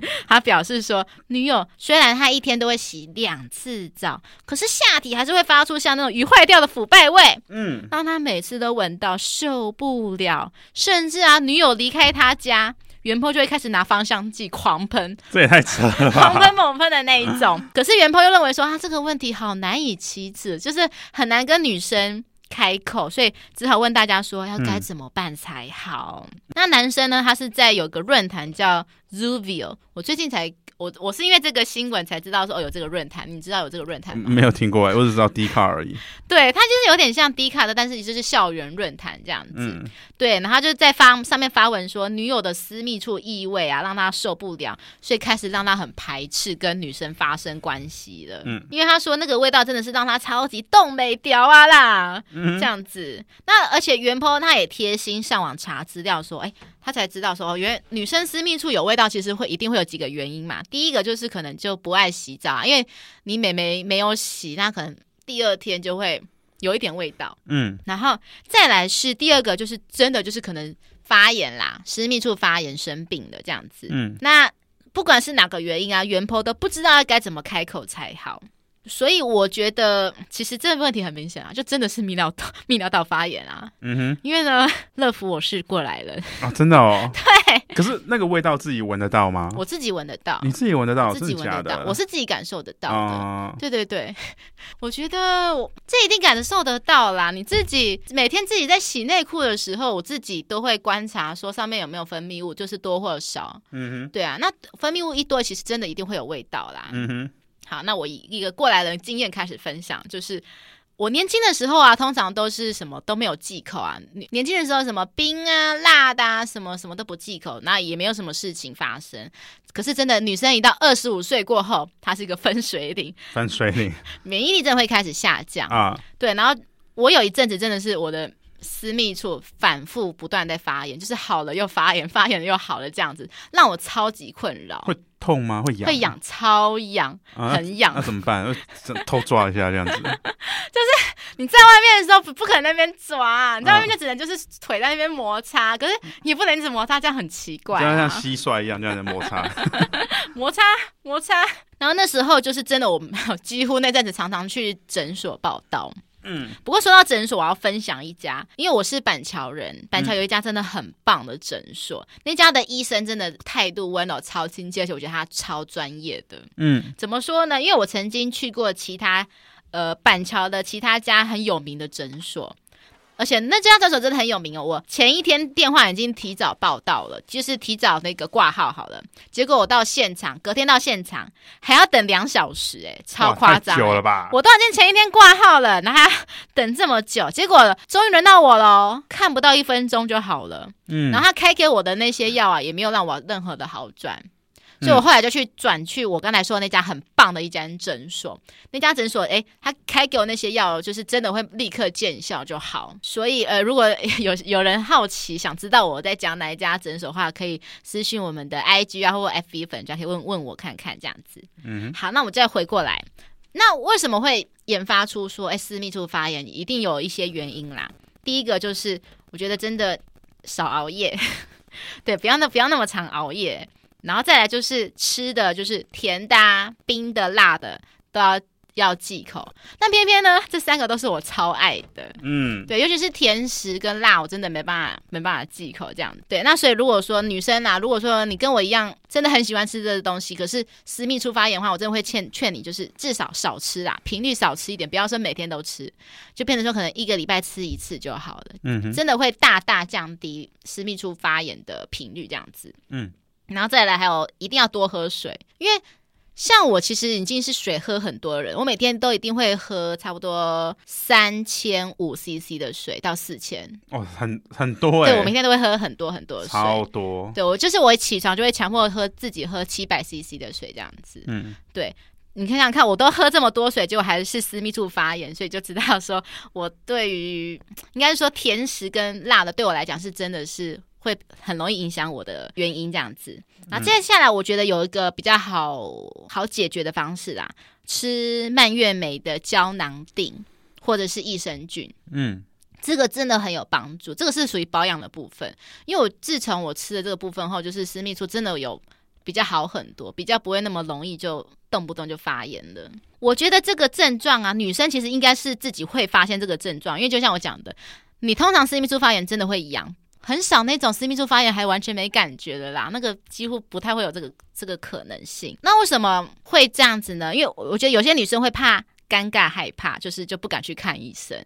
[laughs] 他表示说，女友虽然她一天都会洗两次澡，可是下体还是会发出像那种鱼坏掉的腐败味，嗯，让他每次都闻到受不了，甚至啊，女友离开他家，元坡就会开始拿芳香剂狂喷，这也太扯了狂吧。喷猛喷的那一种。 [laughs] 可是袁鹏又认为说，他这个问题好难以启齿，就是很难跟女生。开口，所以只好问大家说要该怎么办才好。嗯那男生呢？他是在有个论坛叫 Zuvio，我最近才我我是因为这个新闻才知道说哦有这个论坛，你知道有这个论坛吗？没有听过哎，我只知道 D 卡而已。对，它就是有点像迪卡的，但是就是校园论坛这样子。嗯，对，然后他就在发上面发文说，女友的私密处异味啊，让他受不了，所以开始让他很排斥跟女生发生关系了。嗯嗯，因为他说那个味道真的是让他超级冻美屌啊啦，这样子。那而且袁坡他也贴心上网查资料说，哎，他才知道说，哦，原女生私密处有味道，其实会一定会有几个原因嘛。第一个就是可能就不爱洗澡啊，因为你美眉没有洗，那可能第二天就会有一点味道。嗯，然后再来是第二个，就是真的就是可能发炎啦，私密处发炎生病的这样子。嗯，那不管是哪个原因啊，原 po 都不知道该怎么开口才好。所以我觉得，其实这个问题很明显啊，就真的是泌尿道 [laughs] 泌尿道发炎啊。嗯因为呢，乐福我是过来人，哼， [laughs] 啊，真的哦。对。可是那个味道自己闻得到吗？我自己闻得到，哦你自己闻得到，自己闻真的假得到的？，我是自己感受得到的。啊，对对对， [laughs] 我觉得我这一定感受得到啦。你自己每天自己在洗内裤的时候，我自己都会观察说上面有没有分泌物，就是多或少。嗯哼，对啊，那分泌物一多，其实真的一定会有味道啦。嗯哼，好，那我以一个过来人经验开始分享，就是我年轻的时候啊，通常都是什么都没有忌口啊。年年轻的时候什么冰啊、辣的啊，什么什么都不忌口，那也没有什么事情发生。可是真的，女生一到二十五岁过后，她是一个分水岭，翻水 [laughs] 里免疫力真的会开始下降。啊，对，然后我有一阵子真的是我的私密处反复不断在发炎，就是好了又发炎，发炎了又好了，这样子让我超级困扰，会痛吗？会痒？会痒，超痒，啊，很痒那怎么办？呃这偷抓一下这样 [laughs] 子，你在外面的时候不不可能在那边抓、啊，你在外面就只能就是腿在那边摩擦，可是你也不能一直摩擦，这样很奇就怪、像像啊。蟋蟀一样这样的摩 [laughs] 擦。摩擦摩擦。然后那时候就是真的，我没有 [laughs] 几乎那阵子常常去诊所报道。嗯，不过说到诊所，我要分享一家，因为我是板桥嗯人，板桥有一家真的很棒的诊所，那家的医生真的态度温柔、超亲切，而且我觉得他超专业的。嗯怎么说呢？因为我曾经去过其他呃板桥的其他家很有名的诊所，而且那家诊所真的很有名哦。我前一天电话已经提早报到了，就是提早那个挂号好了。结果我到现场，隔天到现场还要等两小时、哎，超哇夸太张、久哎了吧？我都已经前一天挂号了，然后还要等这么久，结果终于轮到我喽，看不到一分钟就好了。嗯然后他开给我的那些药啊，也没有让我任何的好转，嗯所以我后来就去转去我刚才说的那家很棒的一家诊所。那家诊所，诶，他开给我那些药，就是真的会立刻见效就好。所以，呃，如果 [laughs] 有有人好奇想知道我在讲哪一家诊所的话，可以私信我们的 IG 啊或 FB 粉专，可以问问我看看这样子。嗯好，那我们再回过来，那为什么会研发出说，哎，私密处发炎一定有一些原因啦。第一个就是，我觉得真的少熬夜， [laughs] 对，不要那不要那么常熬夜。然后再来就是吃的，就是甜的、啊、冰的、辣的都要要忌口。但偏偏呢，这三个都是我超爱的，嗯对，尤其是甜食跟辣，我真的没办法没办法忌口这样。对，那所以如果说女生啊，如果说你跟我一样真的很喜欢吃这个东西，可是私密处发炎的话，我真的会劝劝你，就是至少少吃啦，频率少吃一点，不要说每天都吃，就变成说可能一个礼拜吃一次就好了，嗯哼真的会大大降低私密处发炎的频率这样子。嗯然后再来还有一定要多喝水，因为像我其实已经是水喝很多的人，我每天都一定会喝差不多三千五 CC 的水到四千，哦，很很多对我每哎，天都会喝很多很多的水。超多。对我就是我一起床就会强迫喝自己喝七百 CC 的水这样子。嗯，你想想看，我都喝这么多水，结果还是私密处发炎，所以就知道说我对于应该是说甜食跟辣的对我来讲是真的是会很容易影响我的原因这样子。那接下来我觉得有一个比较好好解决的方式啦，吃蔓越莓的胶囊锭或者是益生菌。嗯这个真的很有帮助，这个是属于保养的部分。因为我自从我吃了这个部分后，就是私密处真的有比较好很多，比较不会那么容易就动不动就发炎了。我觉得这个症状啊，女生其实应该是自己会发现这个症状，因为就像我讲的，你通常私密处发炎真的会痒，很少那种私密处发炎还完全没感觉的啦，那个几乎不太会有这个这个可能性。那为什么会这样子呢？因为我觉得有些女生会怕尴尬、害怕，就是就不敢去看医生。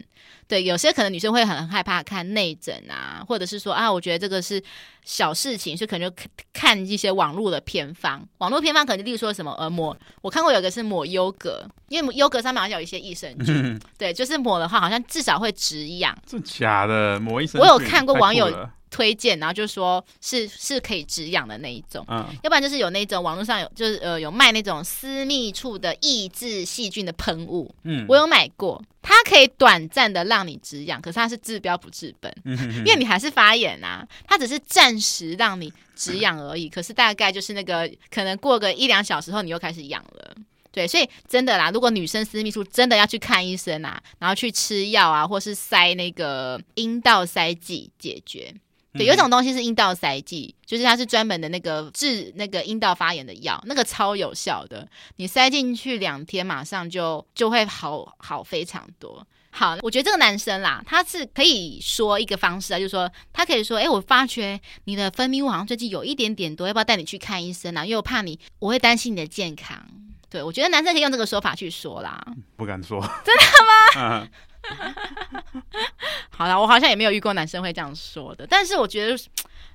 对，有些可能女生会很害怕看内诊啊，或者是说啊，我觉得这个是小事情，所以可能就看看一些网络的偏方。网络偏方可能例如说什么呃抹，我看过有一个是抹优格，因为优格上面好像有一些益生菌，嗯， [laughs] 对，就是抹的话好像至少会止痒。这假的，魔医生我有看过网友推荐，然后就说是是可以止痒的那一种。嗯，要不然就是有那种网络上有就是呃有卖那种私密处的抑制细菌的喷雾，嗯我有买过，它可以短暂的让你止痒，可是它是治标不治本，嗯因为你还是发炎啊，它只是暂时让你止痒而已，可是大概就是那个可能过个一两小时后你又开始痒了。对，所以真的啦，如果女生私密处真的要去看医生啊，然后去吃药啊，或是塞那个阴道塞剂解决。对，有一种东西是阴道塞剂，就是它是专门的那个治那个阴道发炎的药，那个超有效的。你塞进去两天，马上就就会好好非常多。好，我觉得这个男生啦，他是可以说一个方式啊，就是说他可以说，哎、我发觉你的分泌物好像最近有一点点多，要不要带你去看医生啊？因为我怕你，我会担心你的健康。对，我觉得男生可以用这个说法去说啦。不敢说， [laughs] 嗯好啦，我好像也没有遇过男生会这样说的，但是我觉得，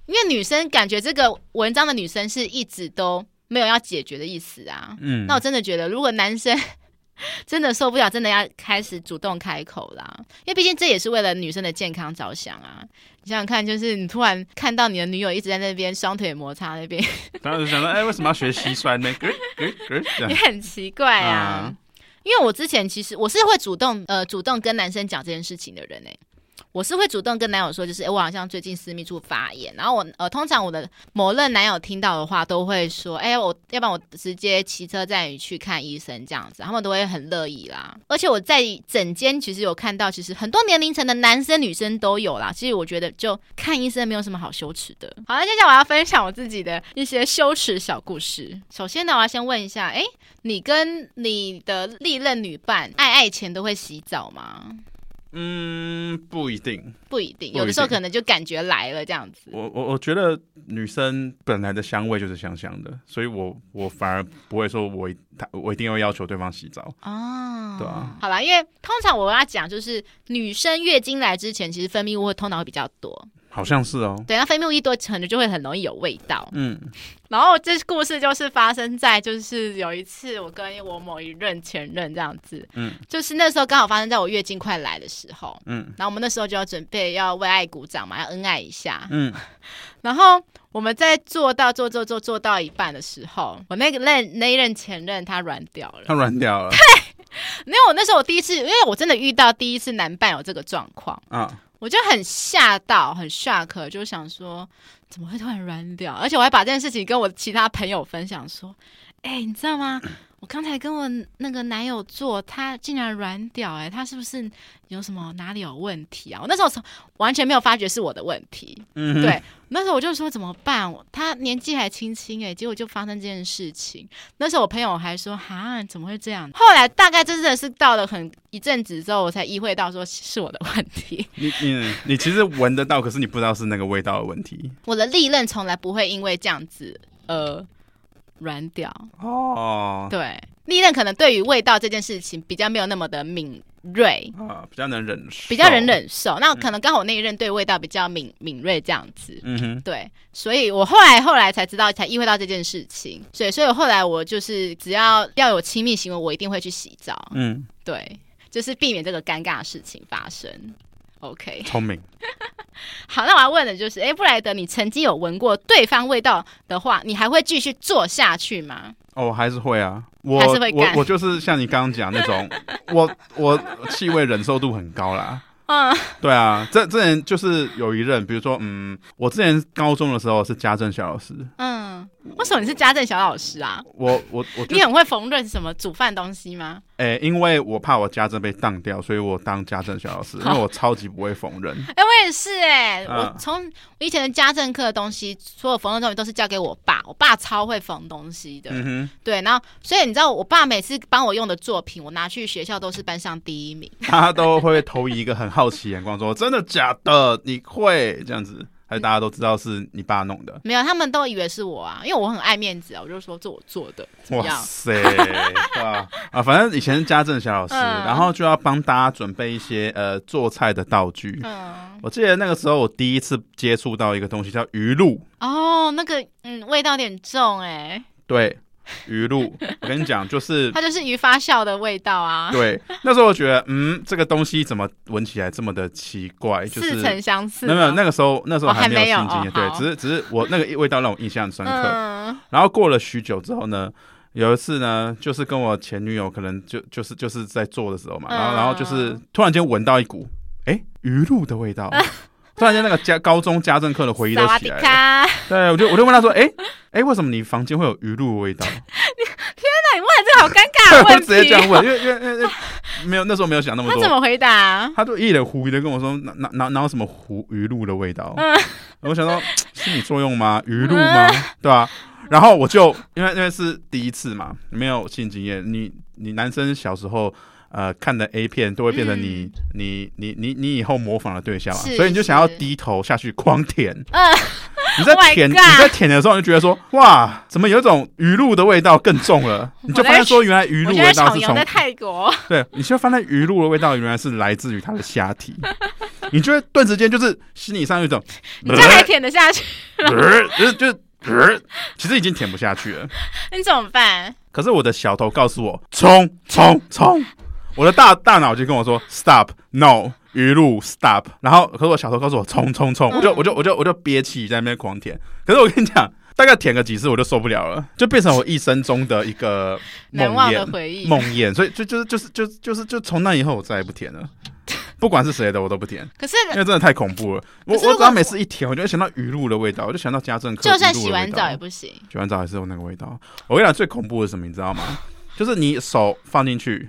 因为女生感觉这个文章的女生是一直都没有要解决的意思啊。嗯那我真的觉得，如果男生 [laughs] 真的受不了，真的要开始主动开口啦，因为毕竟这也是为了女生的健康着想啊。你想想看，就是你突然看到你的女友一直在那边双腿摩擦那边， [laughs] 当时想说，哎，为什么要学蟋蟀呢？咯咯咯这也样很奇怪啊。啊因为我之前其实我是会主动呃主动跟男生讲这件事情的人哎、我是会主动跟男友说，就是哎、诶我好像最近私密处发炎，然后我呃通常我的某任男友听到的话都会说，哎、我要不然我直接骑车载你去看医生这样子，他们都会很乐意啦。而且我在整间其实有看到，其实很多年龄层的男生女生都有啦。其实我觉得就看医生没有什么好羞耻的。好，那接下来我要分享我自己的一些羞耻小故事。首先呢，我要先问一下，哎、你跟你的历任女伴爱爱前都会洗澡吗？嗯，不一定。不一定，不一定有的时候可能就感觉来了这样子。我我我觉得女生本来的香味就是香香的，所以我我反而不会说我一她我一定要要求对方洗澡。哦，对啊好啦，因为通常我要讲就是女生月经来之前，其实分泌物会通常会比较多，好像是哦，对，那分泌物一多，可能就会很容易有味道。嗯，然后这故事就是发生在就是有一次我跟我某一任前任这样子，嗯，就是那时候刚好发生在我月经快来的时候，嗯，然后我们那时候就要准备要为爱鼓掌嘛，要恩爱一下，嗯，然后我们在做到做做做做到一半的时候，我那个任那一任前任他软掉了，她软 [laughs] 掉了因为我那时候我第一次，因为我真的遇到第一次男伴有这个状况。啊，我就很吓到，很 shock，就想说怎么会突然软掉？而且我还把这件事情跟我其他朋友分享说，哎、你知道吗？我刚才跟我那个男友做，他竟然软屌、哎，他是不是有什么哪里有问题啊？我那时候从完全没有发觉是我的问题，嗯哼，对那时候我就说怎么办？我他年纪还轻轻哎，结果就发生这件事情。那时候我朋友还说哈，怎么会这样？后来大概真的是到了很一阵子之后，我才意会到说是我的问题。 [laughs] 你你你其实闻得到，可是你不知道是那个味道的问题我的历任从来不会因为这样子呃软掉。哦对，历任可能对于味道这件事情比较没有那么的敏锐，啊，比较能忍受，比较能，忍受。那可能刚好我那一任对味道比较敏敏锐这样子。嗯哼，对，所以我后来后来才知道，才意会到这件事情。所以，所以我后来我就是只要要有亲密行为，我一定会去洗澡。嗯，对，就是避免这个尴尬的事情发生。OK， [laughs] 聪明，好，那我要问的就是，哎，布莱德，你曾经有闻过对方味道的话，你还会继续做下去吗？哦，我还是会啊，我还是会我干我就是像你刚刚讲那种，我我气味忍受度很高啦。嗯，对啊，这之前就是有一任，比如说，嗯，我之前高中的时候是家政小老师，嗯，为什么你是家政小老师啊？我我我就你，很会缝纫什么煮饭东西吗？诶、因为我怕我家政被当掉，所以我当家政小老师，因为我超级不会缝 [laughs] 纫，哎、我也是哎、啊我从我以前的家政课的东西，所有缝纫东西都是交给我爸，我爸超会缝东西的，嗯对，然后所以你知道，我爸每次帮我用的作品，我拿去学校都是班上第一名。哼，大家都会投以一个很好奇眼光，说真的假的，你会这样子，还是大家都知道是你爸弄的？没有，他们都以为是我啊，因为我很爱面子啊，我就说这我做的，怎么哇样？塞， [laughs] 对啊啊，反正以前是家政小老师，嗯然后就要帮大家准备一些呃做菜的道具。嗯，我记得那个时候我第一次接触到一个东西叫鱼露。哦，那个嗯，味道有点重哎、 [laughs] 对，鱼露，我跟你讲，就是它就是鱼发酵的味道啊，对。那时候我觉得，嗯，这个东西怎么闻起来这么的奇怪？就是似曾相识没吗。有没有，那个时候那时候哦还没没有有性经验，哦对，好只是只是我那个味道让我印象很深刻。嗯，然后过了许久之后呢，有一次呢，就是跟我前女友可能就就是就是在做的时候嘛，然后嗯然后就是突然间闻到一股哎鱼露的味道，突然间那个家高中家政课的回忆都萨瓦起迪来了。卡，对，我就我就问他说，哎哎，为什么你房间会有鱼露的味道？那你问 [laughs] 这个好尴尬的 [laughs] 我问题，就直接这样问，因为因为因为因为没有那时候没有想那么他怎多。么回答啊？他就一脸狐疑的跟我说：“哪哪哪哪有什么狐鱼露的味道？”嗯 [laughs] 我想说心理作用吗？ [laughs] 鱼露吗？对吧、然后我就因为因为是第一次嘛，没有性经验，你你男生小时候呃看的 A 片都会变成你、你你你你以后模仿的对象啊，嗯是所以你就想要是低头下去狂舔。 [laughs] 嗯你在 Oh my 舔、 God 你在舔的时候，你就觉得说哇，怎么有一种鱼露的味道更重了？ [laughs] 你就发现说原来鱼我露觉的得味道小是羊从在泰 [laughs] 国，对，你就发现鱼露的味道原来是来自于它的虾体，你就会顿时间就是心理上有一种， [laughs] 你这样还舔得下去， [laughs] 呃 [laughs] 就是就是、呃其实已经舔不下去了。你怎么办？可是我的小头告诉我，冲冲冲！我的大大脑就跟我说，stop no 鱼露 stop。然后，可是我小头告诉我，冲冲冲！我就我就我就我就憋气在那边狂舔。可是我跟你讲，大概舔个几次我就受不了了，就变成我一生中的一个梦难忘的魇。回忆。梦魇，所以就就是就是就是就是就从那以后我再也 [laughs] 不舔了，不管是谁的我都不舔，可是因为真的太恐怖了。我可是如果我只要每次一舔，我就会想到鱼露的味道，我就想到家政课，就算鱼露的洗完味道澡也不行。洗完澡还是有那个味道。我跟你讲最恐怖的是什么，你知道吗？就是你手放进去，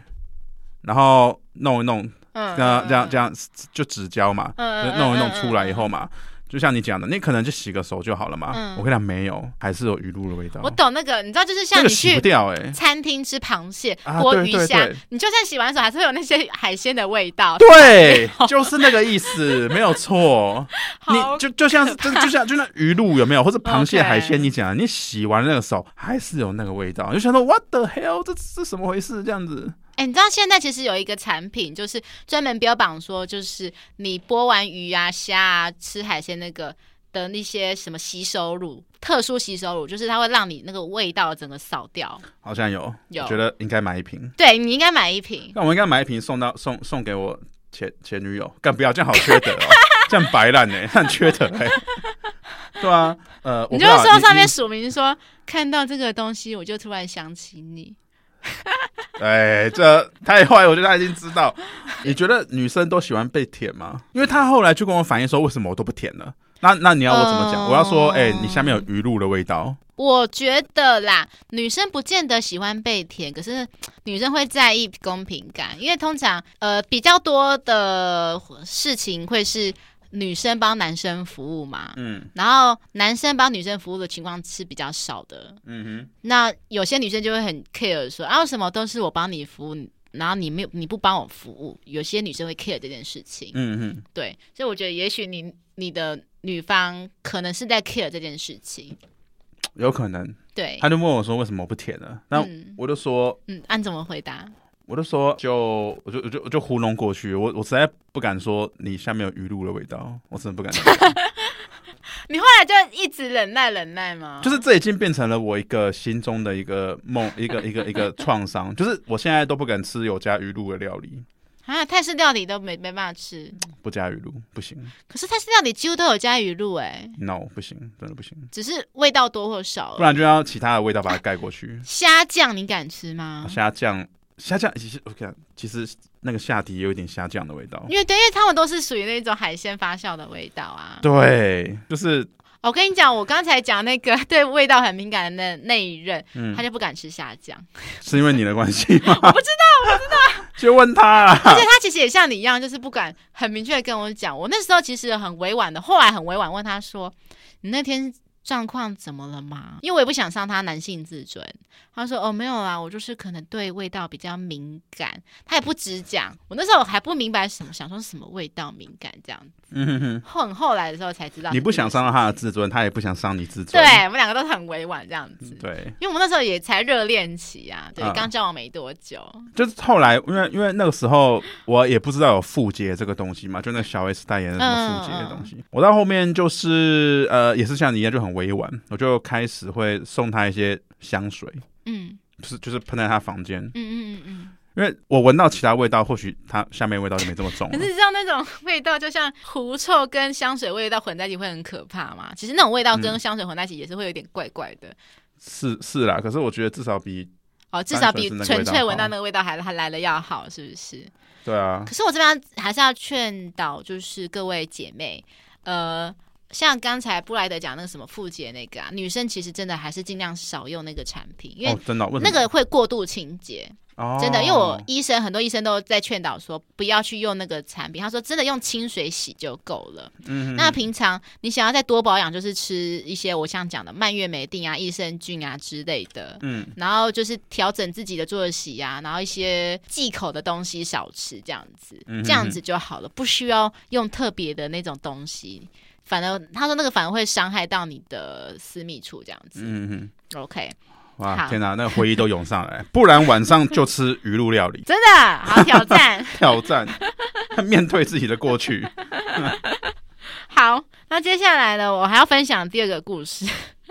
然后弄一弄，嗯，这样这样这样就纸胶嘛，嗯，就嗯弄一弄出来以后，嘛。就像你讲的，你可能就洗个手就好了嘛。嗯我跟你讲，没有，还是有鱼露的味嗯。道我懂那个，你知道，就是这像个你洗不去掉哎、欸餐厅吃螃蟹、啊剥对鱼对虾对，你就算洗完手，还是会有那些海鲜的味 [laughs] 道。对，就是那个意思，没有错。好你就就像是，就就像就那鱼露有没有，或者螃蟹、 OK 海鲜，你讲的你洗完那个手还是有那个味道，你就想说 what the hell，这这什么回事？这样子，哎、你知道现在其实有一个产品，就是专门标榜说，就是你剥完鱼啊、虾啊、吃海鲜那个的那些什么吸收乳，特殊吸收乳，就是它会让你那个味道整个扫掉。好像有，有我觉得应该买一瓶。对你应该买一瓶，那我应该买一瓶送到送送给我前前女友，干不要这样好 [laughs] 缺德哦，这样白烂呢、很缺德哎、对啊，呃，我你不就知道说上你面署名说看到这个东西，我就突然想起你。哎，这太坏，我觉得他已经知 [laughs] 道。你觉得女生都喜欢被舔吗？因为他后来就跟我反映说，为什么我都不舔了？那那你要我怎么讲？嗯我要说，哎、你下面有鱼露的味道。我觉得啦，女生不见得喜欢被舔，可是女生会在意公平感，因为通常呃比较多的事情会是女生帮男生服务嘛，嗯然后男生帮女生服务的情况是比较少的。嗯那有些女生就会很 care 说啊，为什么都是我帮你服务，然后你没有你不帮我服务，有些女生会 care 这件事情哼，。嗯哼，对，所以我觉得也许你你的女方可能是在 care 这件事情。有可能。对，他就问我说，为什么我不舔了？那嗯我就说，嗯，按、怎么回答？我就说，就我就我就我就糊弄过去。我我实在不敢说你下面有鱼露的味道，我真的不敢 [laughs] 讲。你后来就一直忍耐忍耐吗？就是这已经变成了我一个心中的一个梦，一个一个一个创伤。就是我现在都不敢吃有加鱼露的料理。啊，泰式料理都没没办法吃，不加鱼露不行可是泰式料理几乎都有加鱼露哎、 ，no 不行，真的不行，只是味道多或少不而已。然就要其他的味道把它盖过去。虾酱你敢吃吗？虾酱，虾酱其实我看，其实那个虾底也有一点虾酱的味道。因为对，因为他们都是属于那种海鲜发酵的味道啊。哦对，就是我跟你讲，我刚才讲那个 [laughs] 对味道很敏感的那那一任，嗯他，就不敢吃虾酱，是因为你的关系吗？ [laughs] 我不知道，我不知道， [laughs] 就问他啦 [laughs] 而。且他其实也像你一样，就是不敢很明确的跟我讲。我那时候其实很委婉的，后来很委婉问他说：“你那天状况怎么了吗？”因为我也不想伤他男性自尊。他说：“哦，没有啦，我就是可能对味道比较敏感。”他也不直讲。我那时候我还不明白什么，想说什么味道敏感这样。嗯哼哼，后很后来的时候才知道，你不想伤到他的自尊，他也不想伤你自尊对。我们两个都很委婉这样子。嗯对，因为我们那时候也才热恋期啊，对嗯，刚交往没多久，就是后来，因为因为那个时候我也不知道有复洁这个东西嘛，就那个小 S 代言的什么复洁的嗯东西。我到后面就是呃，也是像你一样就很委婉，我就开始会送他一些香水，嗯就是就是喷在他房间，嗯嗯嗯因为我闻到其他味道，或许他下面味道就没这么重嗯。了可。是你知道那种 [laughs] 味道，就像狐臭跟香水味道混在一起会很可怕吗？其实那种味道跟嗯香水混在一起也是会有点怪怪的。是是啦，可是我觉得至少比哦，至少单纯比是那个纯味道嗯粹好闻到那个味道还还来的要好，是不是？对啊，可是我这边还是要劝导，就是各位姐妹，呃，像刚才布莱德讲那个什么妇洁那个啊，女生其实真的还是尽量少用那个产品，因哦为真的哦为什那么个会过度清洁，哦真的。因为我医生很多医生都在劝导说不要去用那个产品，他说真的用清水洗就够了。嗯那平常你想要再多保养，就是吃一些我想讲的蔓越莓定啊、益生菌啊之类的。嗯然后就是调整自己的作息啊，然后一些忌口的东西少吃，这样子，嗯哼这样子就好了，不需要用特别的那种东西。反而他说那个反而会伤害到你的私密处，这样子。嗯嗯 OK，好哇天哪、那个回忆都涌上来， [laughs] 不然晚上就吃鱼露料理，真的好挑 [laughs] 战。挑战面对自己的过去。好，那接下来呢，我还要分享第二个故事。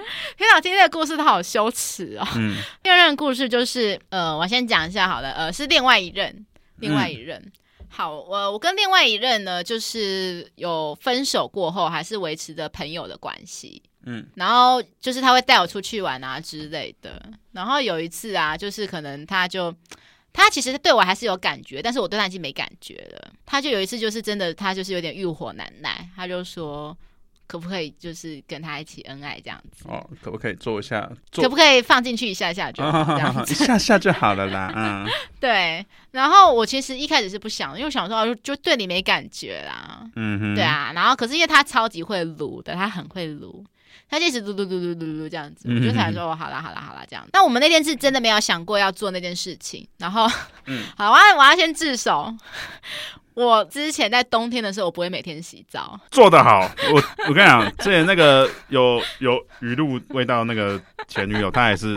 [laughs] 天哪，今天的故事它好羞耻哦。嗯第二任故事就是，呃，我先讲一下好了，呃，是另外一任，另外一任。好，我、我跟另外一任呢，就是有分手过后，还是维持着朋友的关系。嗯，然后就是他会带我出去玩啊之类的。然后有一次啊，就是可能他就他其实对我还是有感觉，但是我对他已经没感觉了。他就有一次就是真的，他就是有点欲火难耐，他就说可不可以就是跟他一起恩爱这样子，哦，可不可以做一下？做可不可以放进去一下下就好这 [laughs] 样一子。下下就好了啦。嗯，对，然后我其实一开始是不想的，因为我想说啊就就对你没感觉啦，嗯哼， [laughs] 对，啊，然后可是因为他超级会撸的，他很会撸。他就一直撸撸撸撸撸撸这样子，我嗯就想说，哦，好啦好啦好啦这样。那我们那天是真的没有想过要做那件事情，然后，嗯好，我要我要先自首。 [laughs] 我之前在冬天的时候，我不会每天洗澡，做得好。我我跟你讲，之前那个有有鱼露味道那个前女友，她也是，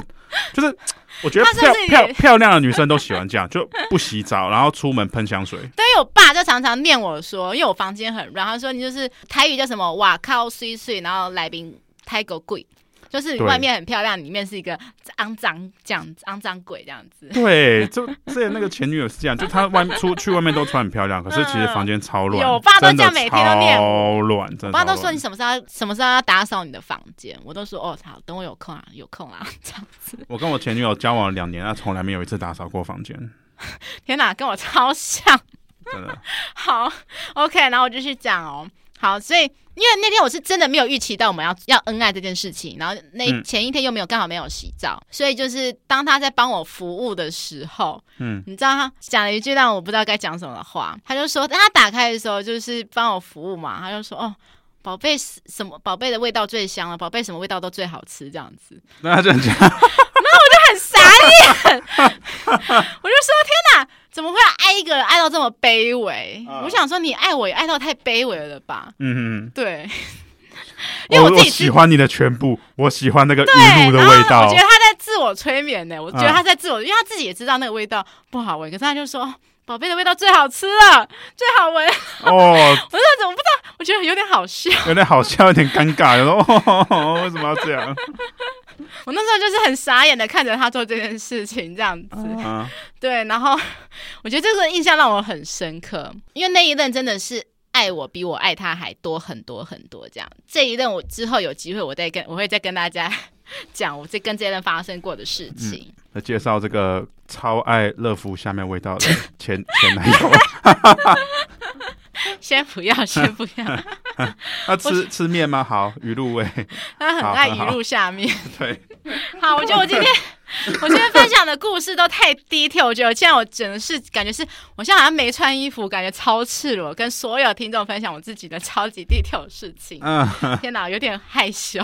就是我觉得她是不漂是漂也漂亮的女生都喜欢这样，就不洗澡，然后出门喷 [laughs] 香水。但因为我爸就常常念我说，因为我房间很乱，他说你就是台语叫什么哇靠碎碎，然后来宾太狗贵，就是你对外面很漂亮，里面是一个肮脏这样子，肮脏鬼这样子。对，就之前那个前女友是这样，就她外出去外面都穿很漂亮，可是其实房间超乱，有我爸都真的这样每天都念超乱，真的。我爸都说你，什么时候要什么时候要打扫你的房间，我都说哦好，等我有空啊，有空啊 [laughs] 这样子。我跟我前女友交往了两年，她从来没有一次打扫过房间，天哪，跟我超像。真的。好，OK，然后 [laughs] 我就去讲哦。好，所以因为那天我是真的没有预期到我们要要恩爱这件事情，然后那嗯前一天又没有刚好没有洗澡，所以就是当他在帮我服务的时候，嗯你知道他讲了一句让我不知道该讲什么的话，他就说，当他打开的时候就是帮我服务嘛，他就说哦。宝贝是什么？宝贝的味道最香了，宝贝什么味道都最好吃，这样子那她就这样，很傻眼。我就说天哪，怎么会爱一个人爱到这么卑微？嗯我想说你爱我也爱到太卑微了吧？嗯对，哼，因为我我自己喜欢你的全部，我喜欢那个对，鱼露的然后味我道觉得。他在自我催眠呢，我觉得嗯他在自我，因为他自己也知道那个味道不好闻，可是他就说哦宝贝的味道最好吃了，最好闻。 [laughs] 哦，我说怎么不知道？我觉得有点好笑。有点好笑，有点尴尬，然后、哦、为什么要这样？我那时候就是很傻眼的看着他做这件事情，这样子。啊，对，然后我觉得这个印象让我很深刻，因为那一任真的是爱我比我爱他还多很多很多这样。这一任我之后有机会我再跟我会再跟大家 [laughs] 讲我这跟这一任发生过的事情。来介绍这个超爱乐福下面味道的前前男友，嗯先不要，先不 [laughs] 要，他吃吃面吗？好，鱼露味，他很好爱好语录下面。对， [laughs] 好，我觉得我今天我今天分享的故事都太 detail，我觉得现在我整个是感觉是我现在好像没穿衣服，感觉超赤裸，跟所有听众分享我自己的超级 detail 的事情。嗯，天哪，有点害羞。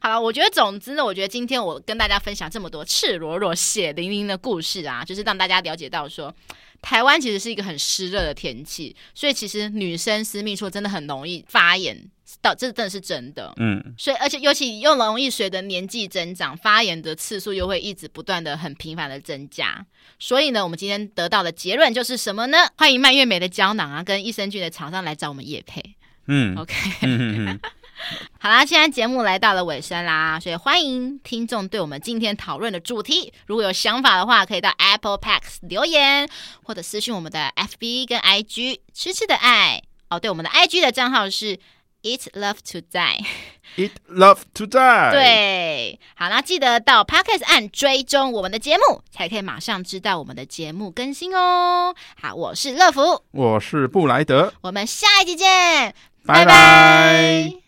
好了，我觉得总之呢，我觉得今天我跟大家分享这么多赤裸裸、血淋淋的故事啊，就是让大家了解到说，台湾其实是一个很湿热的天气，所以其实女生私密处真的很容易发炎，到这真的是真的。嗯，所以，而且尤其又容易随着年纪增长，发炎的次数又会一直不断的很频繁的增加。所以呢，我们今天得到的结论就是什么呢？欢迎蔓越莓的胶囊啊，跟益生菌的厂商来找我们叶配。嗯， OK，嗯嗯嗯，好啦，现在节目来到了尾声啦，所以欢迎听众对我们今天讨论的主题，如果有想法的话，可以到 Apple p a c k 留言，或者私讯我们的 FB 跟 IG 痴痴的爱哦。对，我们的 IG 的账号是 Eat Love to Die。 Eat love to die。，对，好，那记得到 Podcast 按追踪我们的节目，才可以马上知道我们的节目更新哦。好，我是乐福，我是布莱德，我们下一集见，拜拜拜